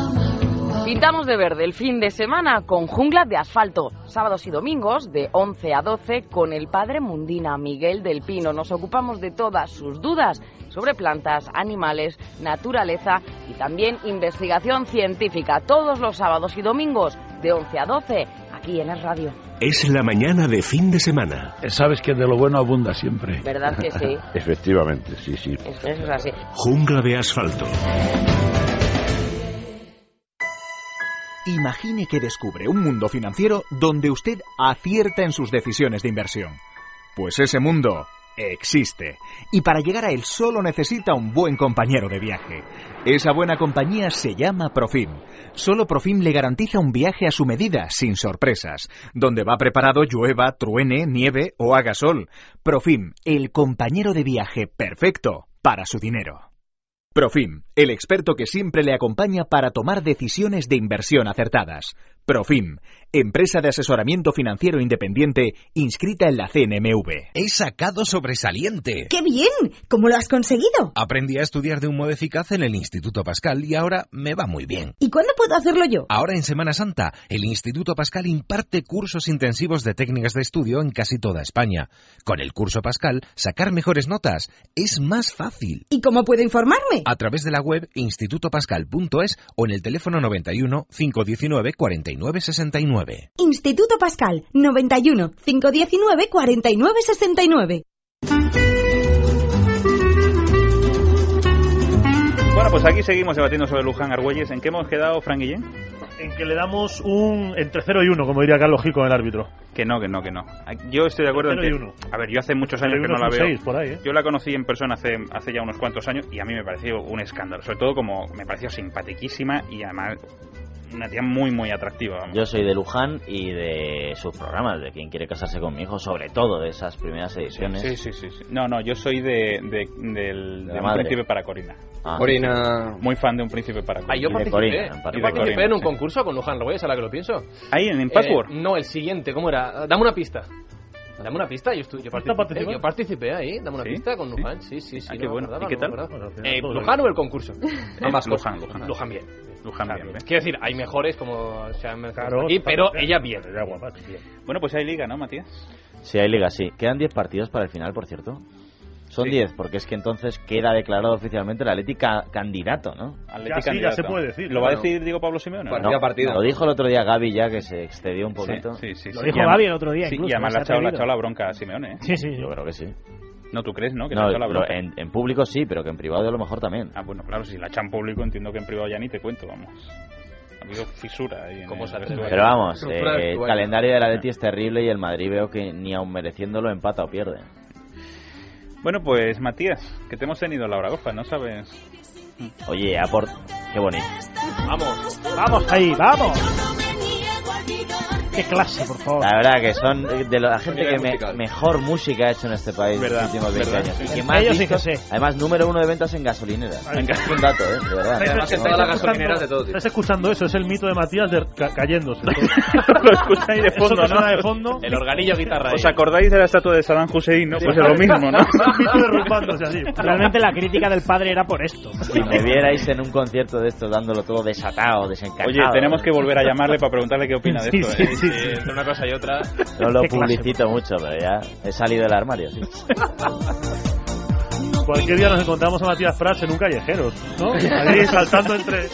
Speaker 24: Pintamos de verde el fin de semana con jungla de asfalto. Sábados y domingos de 11 a 12 con el padre Mundina Miguel del Pino. Nos ocupamos de todas sus dudas sobre plantas, animales, naturaleza y también investigación científica. Todos los sábados y domingos de 11 a 12 aquí en el radio.
Speaker 25: Es la mañana de fin de semana. Sabes que de lo bueno abunda siempre.
Speaker 24: ¿Verdad que sí?
Speaker 25: Efectivamente, sí, sí.
Speaker 24: Eso es así.
Speaker 25: Jungla de asfalto.
Speaker 26: Imagine que descubre un mundo financiero donde usted acierta en sus decisiones de inversión. Pues ese mundo existe. Y para llegar a él solo necesita un buen compañero de viaje. Esa buena compañía se llama Profim. Solo Profim le garantiza un viaje a su medida, sin sorpresas, donde va preparado llueva, truene, nieve o haga sol. Profim, el compañero de viaje perfecto para su dinero. Profim, el experto que siempre le acompaña para tomar decisiones de inversión acertadas. Profim, empresa de asesoramiento financiero independiente inscrita en la CNMV.
Speaker 27: He sacado sobresaliente.
Speaker 28: ¡Qué bien! ¿Cómo lo has conseguido?
Speaker 27: Aprendí a estudiar de un modo eficaz en el Instituto Pascal y ahora me va muy bien.
Speaker 28: ¿Y cuándo puedo hacerlo yo?
Speaker 27: Ahora en Semana Santa, el Instituto Pascal imparte cursos intensivos de técnicas de estudio en casi toda España. Con el curso Pascal, sacar mejores notas es más fácil.
Speaker 28: ¿Y cómo puedo informarme?
Speaker 27: A través de la web institutopascal.es o en el teléfono 91 519 4969.
Speaker 28: Instituto Pascal, 91 519 49 69.
Speaker 1: Bueno, pues aquí seguimos debatiendo sobre Luján Argüelles. ¿En qué hemos quedado, Fran Guillén?
Speaker 10: En que le damos un entre 0 y 1, como diría Carlos Gil con el árbitro.
Speaker 1: Que no, que no, que no. Yo estoy de acuerdo en
Speaker 10: Entre
Speaker 1: que...
Speaker 10: cero
Speaker 1: A ver, yo hace muchos años que
Speaker 10: Entre
Speaker 1: no la
Speaker 10: uno
Speaker 1: veo.
Speaker 10: son seis, por ahí, ¿eh?
Speaker 1: Yo la conocí en persona hace, hace ya unos cuantos años y a mí me pareció un escándalo. Sobre todo como me pareció simpatiquísima y además una tía muy, muy atractiva. vamos.
Speaker 4: Yo soy de Luján y de sus programas, de quien quiere casarse con mi hijo, sobre todo de esas primeras ediciones.
Speaker 1: Sí, sí, sí, sí. No, no, yo soy de, de- del, de Un
Speaker 4: madre.
Speaker 1: príncipe para Corina.
Speaker 4: Ah.
Speaker 1: Corina. Muy fan de un príncipe para Corina.
Speaker 3: Ah, yo participé, yo participé en un concurso con Luján Argüelles, ahora que lo pienso.
Speaker 1: ¿Ahí, en, en
Speaker 3: Eh,
Speaker 1: Password?
Speaker 3: no, el siguiente, ¿cómo era? Dame una pista. Dame una pista, yo, estu- yo, participé,
Speaker 1: participado?
Speaker 3: yo participé ahí, dame una
Speaker 1: ¿Sí?
Speaker 3: pista con Luján, sí, sí, sí.
Speaker 1: Ah,
Speaker 3: no
Speaker 1: qué
Speaker 3: me
Speaker 1: bueno.
Speaker 3: acordaba,
Speaker 1: ¿Y qué
Speaker 3: no
Speaker 1: tal?
Speaker 3: me acordaba.
Speaker 1: Bueno, al final
Speaker 3: Eh,
Speaker 1: todo
Speaker 3: ¿Luján
Speaker 1: bien.
Speaker 3: o el concurso? Ambas cosas.
Speaker 1: Luján, Luján.
Speaker 3: Luján bien.
Speaker 1: Luján bien, ¿eh? bien.
Speaker 3: Quiero decir, hay mejores como se han mencionado
Speaker 1: Claro,
Speaker 3: aquí,
Speaker 1: está
Speaker 3: pero
Speaker 1: bien.
Speaker 3: ella bien.
Speaker 1: Bueno, pues hay liga, ¿no, Matías?
Speaker 4: Sí, hay liga, sí. Quedan 10 partidos para el final, por cierto. Son 10, porque es que entonces queda declarado oficialmente el Atlética candidato, ¿no?
Speaker 1: Atleti candidato. ¿Lo va a decir Diego Pablo Simeone? o no?
Speaker 4: No, Lo dijo el otro día Gaby ya, que se excedió un
Speaker 1: Sí,
Speaker 4: poquito.
Speaker 1: sí, sí,
Speaker 4: Lo
Speaker 1: sí.
Speaker 4: dijo
Speaker 1: Y además-
Speaker 4: Gavi el otro día
Speaker 1: sí,
Speaker 4: incluso,
Speaker 1: y además
Speaker 4: que
Speaker 1: le ha
Speaker 4: se ha
Speaker 1: echado, le ha
Speaker 4: atrevido.
Speaker 1: echado la bronca a Simeone, ¿eh?
Speaker 4: Sí, sí. Yo creo que sí.
Speaker 1: No, tú crees, ¿no? Que le
Speaker 4: No,
Speaker 1: ha echado la
Speaker 4: lo-
Speaker 1: bronca.
Speaker 4: en, en público sí, pero que en privado a lo mejor también.
Speaker 1: Ah, bueno, claro, si la echan público entiendo que en privado ya ni te cuento, vamos. Ha habido fisura ahí en el vestuario.
Speaker 4: Pero vamos, eh,
Speaker 1: Ruptura
Speaker 4: el
Speaker 1: vestuario.
Speaker 4: calendario del Atleti es terrible y el Madrid veo que ni aun mereciéndolo empata o pierde.
Speaker 1: Bueno, pues Matías, que te hemos tenido en la bragofa, ¿no sabes?
Speaker 4: Oye, aport... Qué bonito.
Speaker 3: Vamos,
Speaker 2: vamos ahí, vamos. Qué clase, por favor.
Speaker 4: La verdad que son eh, de la gente
Speaker 2: Nivel
Speaker 4: que me-
Speaker 2: musical.
Speaker 4: mejor música ha hecho en este país en
Speaker 2: Verdad,
Speaker 4: los últimos 20
Speaker 2: verdad.
Speaker 4: años. Y
Speaker 2: Entre
Speaker 4: que más
Speaker 2: ellos y
Speaker 4: discos-
Speaker 2: José.
Speaker 4: además, número uno de ventas en gasolineras.
Speaker 10: Ahí.
Speaker 4: Es un dato, ¿eh? De verdad.
Speaker 10: Estáis escuchando- Estás escuchando eso, es el mito de Matías de- ca- cayéndose.
Speaker 1: lo escucháis de
Speaker 10: Eso
Speaker 1: fondo,
Speaker 10: que
Speaker 1: ¿no?
Speaker 10: suena de fondo.
Speaker 1: El organillo
Speaker 3: guitarra
Speaker 1: ¿Os acordáis de la estatua de Saddam Hussein? No, pues es lo mismo, ¿no?
Speaker 2: Realmente la crítica del padre era por esto.
Speaker 4: Si me vierais en un concierto de estos dándolo todo desatado, desencajado.
Speaker 1: Oye, tenemos
Speaker 4: ¿eh?
Speaker 1: que volver a llamarle para preguntarle qué opina de
Speaker 4: Sí,
Speaker 1: esto.
Speaker 4: sí,
Speaker 1: ¿eh?
Speaker 4: sí,
Speaker 1: Eh,
Speaker 4: sí.
Speaker 3: Entre una cosa y otra.
Speaker 4: No lo
Speaker 1: Qué clase.
Speaker 4: publicito mucho, pero ya he salido del armario, sí.
Speaker 10: Cualquier día nos encontramos a Matías Prats en un callejero, ¿no? Ahí saltando entre...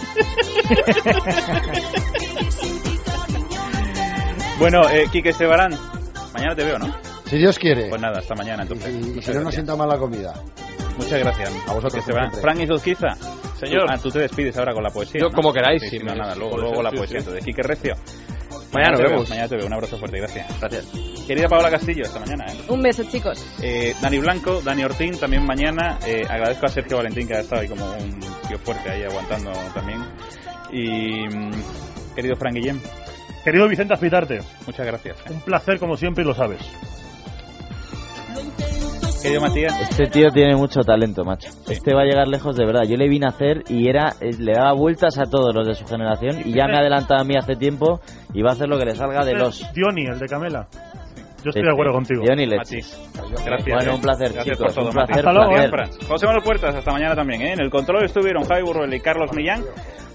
Speaker 1: Bueno, eh, Quique Estebarán, mañana te veo, ¿no?
Speaker 14: Si Dios quiere.
Speaker 1: Pues nada, hasta mañana entonces.
Speaker 14: Y
Speaker 1: Muchas
Speaker 14: si no nos
Speaker 1: gracias.
Speaker 14: sienta mal la comida.
Speaker 1: Muchas gracias. A
Speaker 14: vosotros,
Speaker 1: Que se
Speaker 14: como
Speaker 1: van.
Speaker 14: siempre.
Speaker 1: Frank Izuzquiza.
Speaker 14: Señor.
Speaker 1: Ah, tú te despides ahora con la poesía.
Speaker 3: Yo
Speaker 1: ¿no?
Speaker 3: como queráis,
Speaker 1: Sí,
Speaker 3: sí,
Speaker 1: sí, no,
Speaker 3: me-
Speaker 1: nada,
Speaker 3: sí,
Speaker 1: luego,
Speaker 3: puede
Speaker 1: luego
Speaker 3: ser,
Speaker 1: la
Speaker 3: sí,
Speaker 1: poesía.
Speaker 3: sí.
Speaker 1: De Quique Recio.
Speaker 3: Mañana
Speaker 1: te
Speaker 3: nos
Speaker 1: veo,
Speaker 3: vemos.
Speaker 1: Mañana te veo. Un abrazo fuerte, gracias. Gracias. Querida Paola Castillo, hasta mañana. ¿eh?
Speaker 13: Un beso, chicos.
Speaker 1: Eh, Dani Blanco, Dani Ortín, también mañana. Eh, agradezco a Sergio Valentín que ha estado ahí como un tío fuerte ahí aguantando también. Y mm, querido Fran Guillén,
Speaker 10: Querido Vicente Azpitarte,
Speaker 1: Muchas gracias. ¿eh?
Speaker 10: un placer como siempre y lo sabes.
Speaker 1: Querido Matías.
Speaker 4: Este tío tiene mucho talento, macho. Este va a llegar lejos de verdad. Yo le vi nacer y era eh, le daba vueltas a todos los de su generación y ya me ha adelantado a mí hace tiempo y va a hacer lo que le salga de
Speaker 10: Este
Speaker 4: los.
Speaker 10: es Diony, el de Camela. Yo estoy
Speaker 4: Este,
Speaker 10: de acuerdo contigo.
Speaker 4: Diony
Speaker 1: Leches. Gracias.
Speaker 4: Bueno,
Speaker 1: eh.
Speaker 4: un placer,
Speaker 1: Gracias por
Speaker 4: chicos,
Speaker 1: todo,
Speaker 4: un placer,
Speaker 1: Hasta luego,
Speaker 4: placer.
Speaker 1: eh, Fran. José Manuel Puertas, hasta mañana también. ¿eh? En el control estuvieron Javi Burruel y Carlos Millán.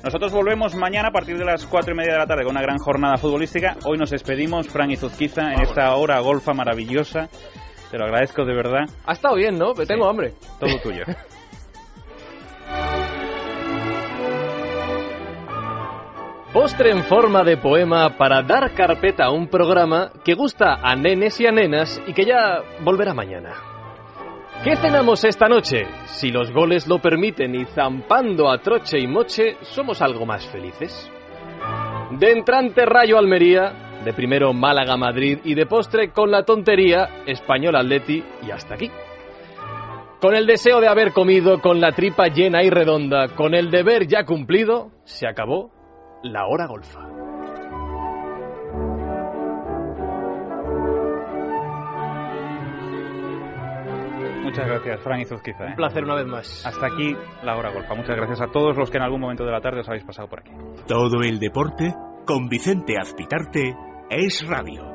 Speaker 1: Nosotros volvemos mañana a partir de las cuatro y media de la tarde con una gran jornada futbolística. Hoy nos despedimos, Fran y Zuzquiza, en esta hora golfa maravillosa. Te lo agradezco de verdad.
Speaker 3: Ha estado bien, ¿no? Pero tengo hambre.
Speaker 1: Todo tuyo.
Speaker 3: Postre en forma de poema para dar carpeta a un programa que gusta a nenes y a nenas y que ya volverá mañana. ¿Qué cenamos esta noche? Si los goles lo permiten y zampando a troche y moche, somos algo más felices. De entrante Rayo Almería, de primero Málaga Madrid y de postre con la tontería Español Atleti y hasta aquí. Con el deseo de haber comido, con la tripa llena y redonda, con el deber ya cumplido, se acabó la hora golfa.
Speaker 1: Muchas gracias, Fran y Zuzquiza. Un
Speaker 3: placer una vez más.
Speaker 1: Hasta aquí la hora golfa. Muchas gracias a todos los que en algún momento de la tarde os habéis pasado por aquí.
Speaker 5: Todo el deporte con Vicente Azpitarte es radio.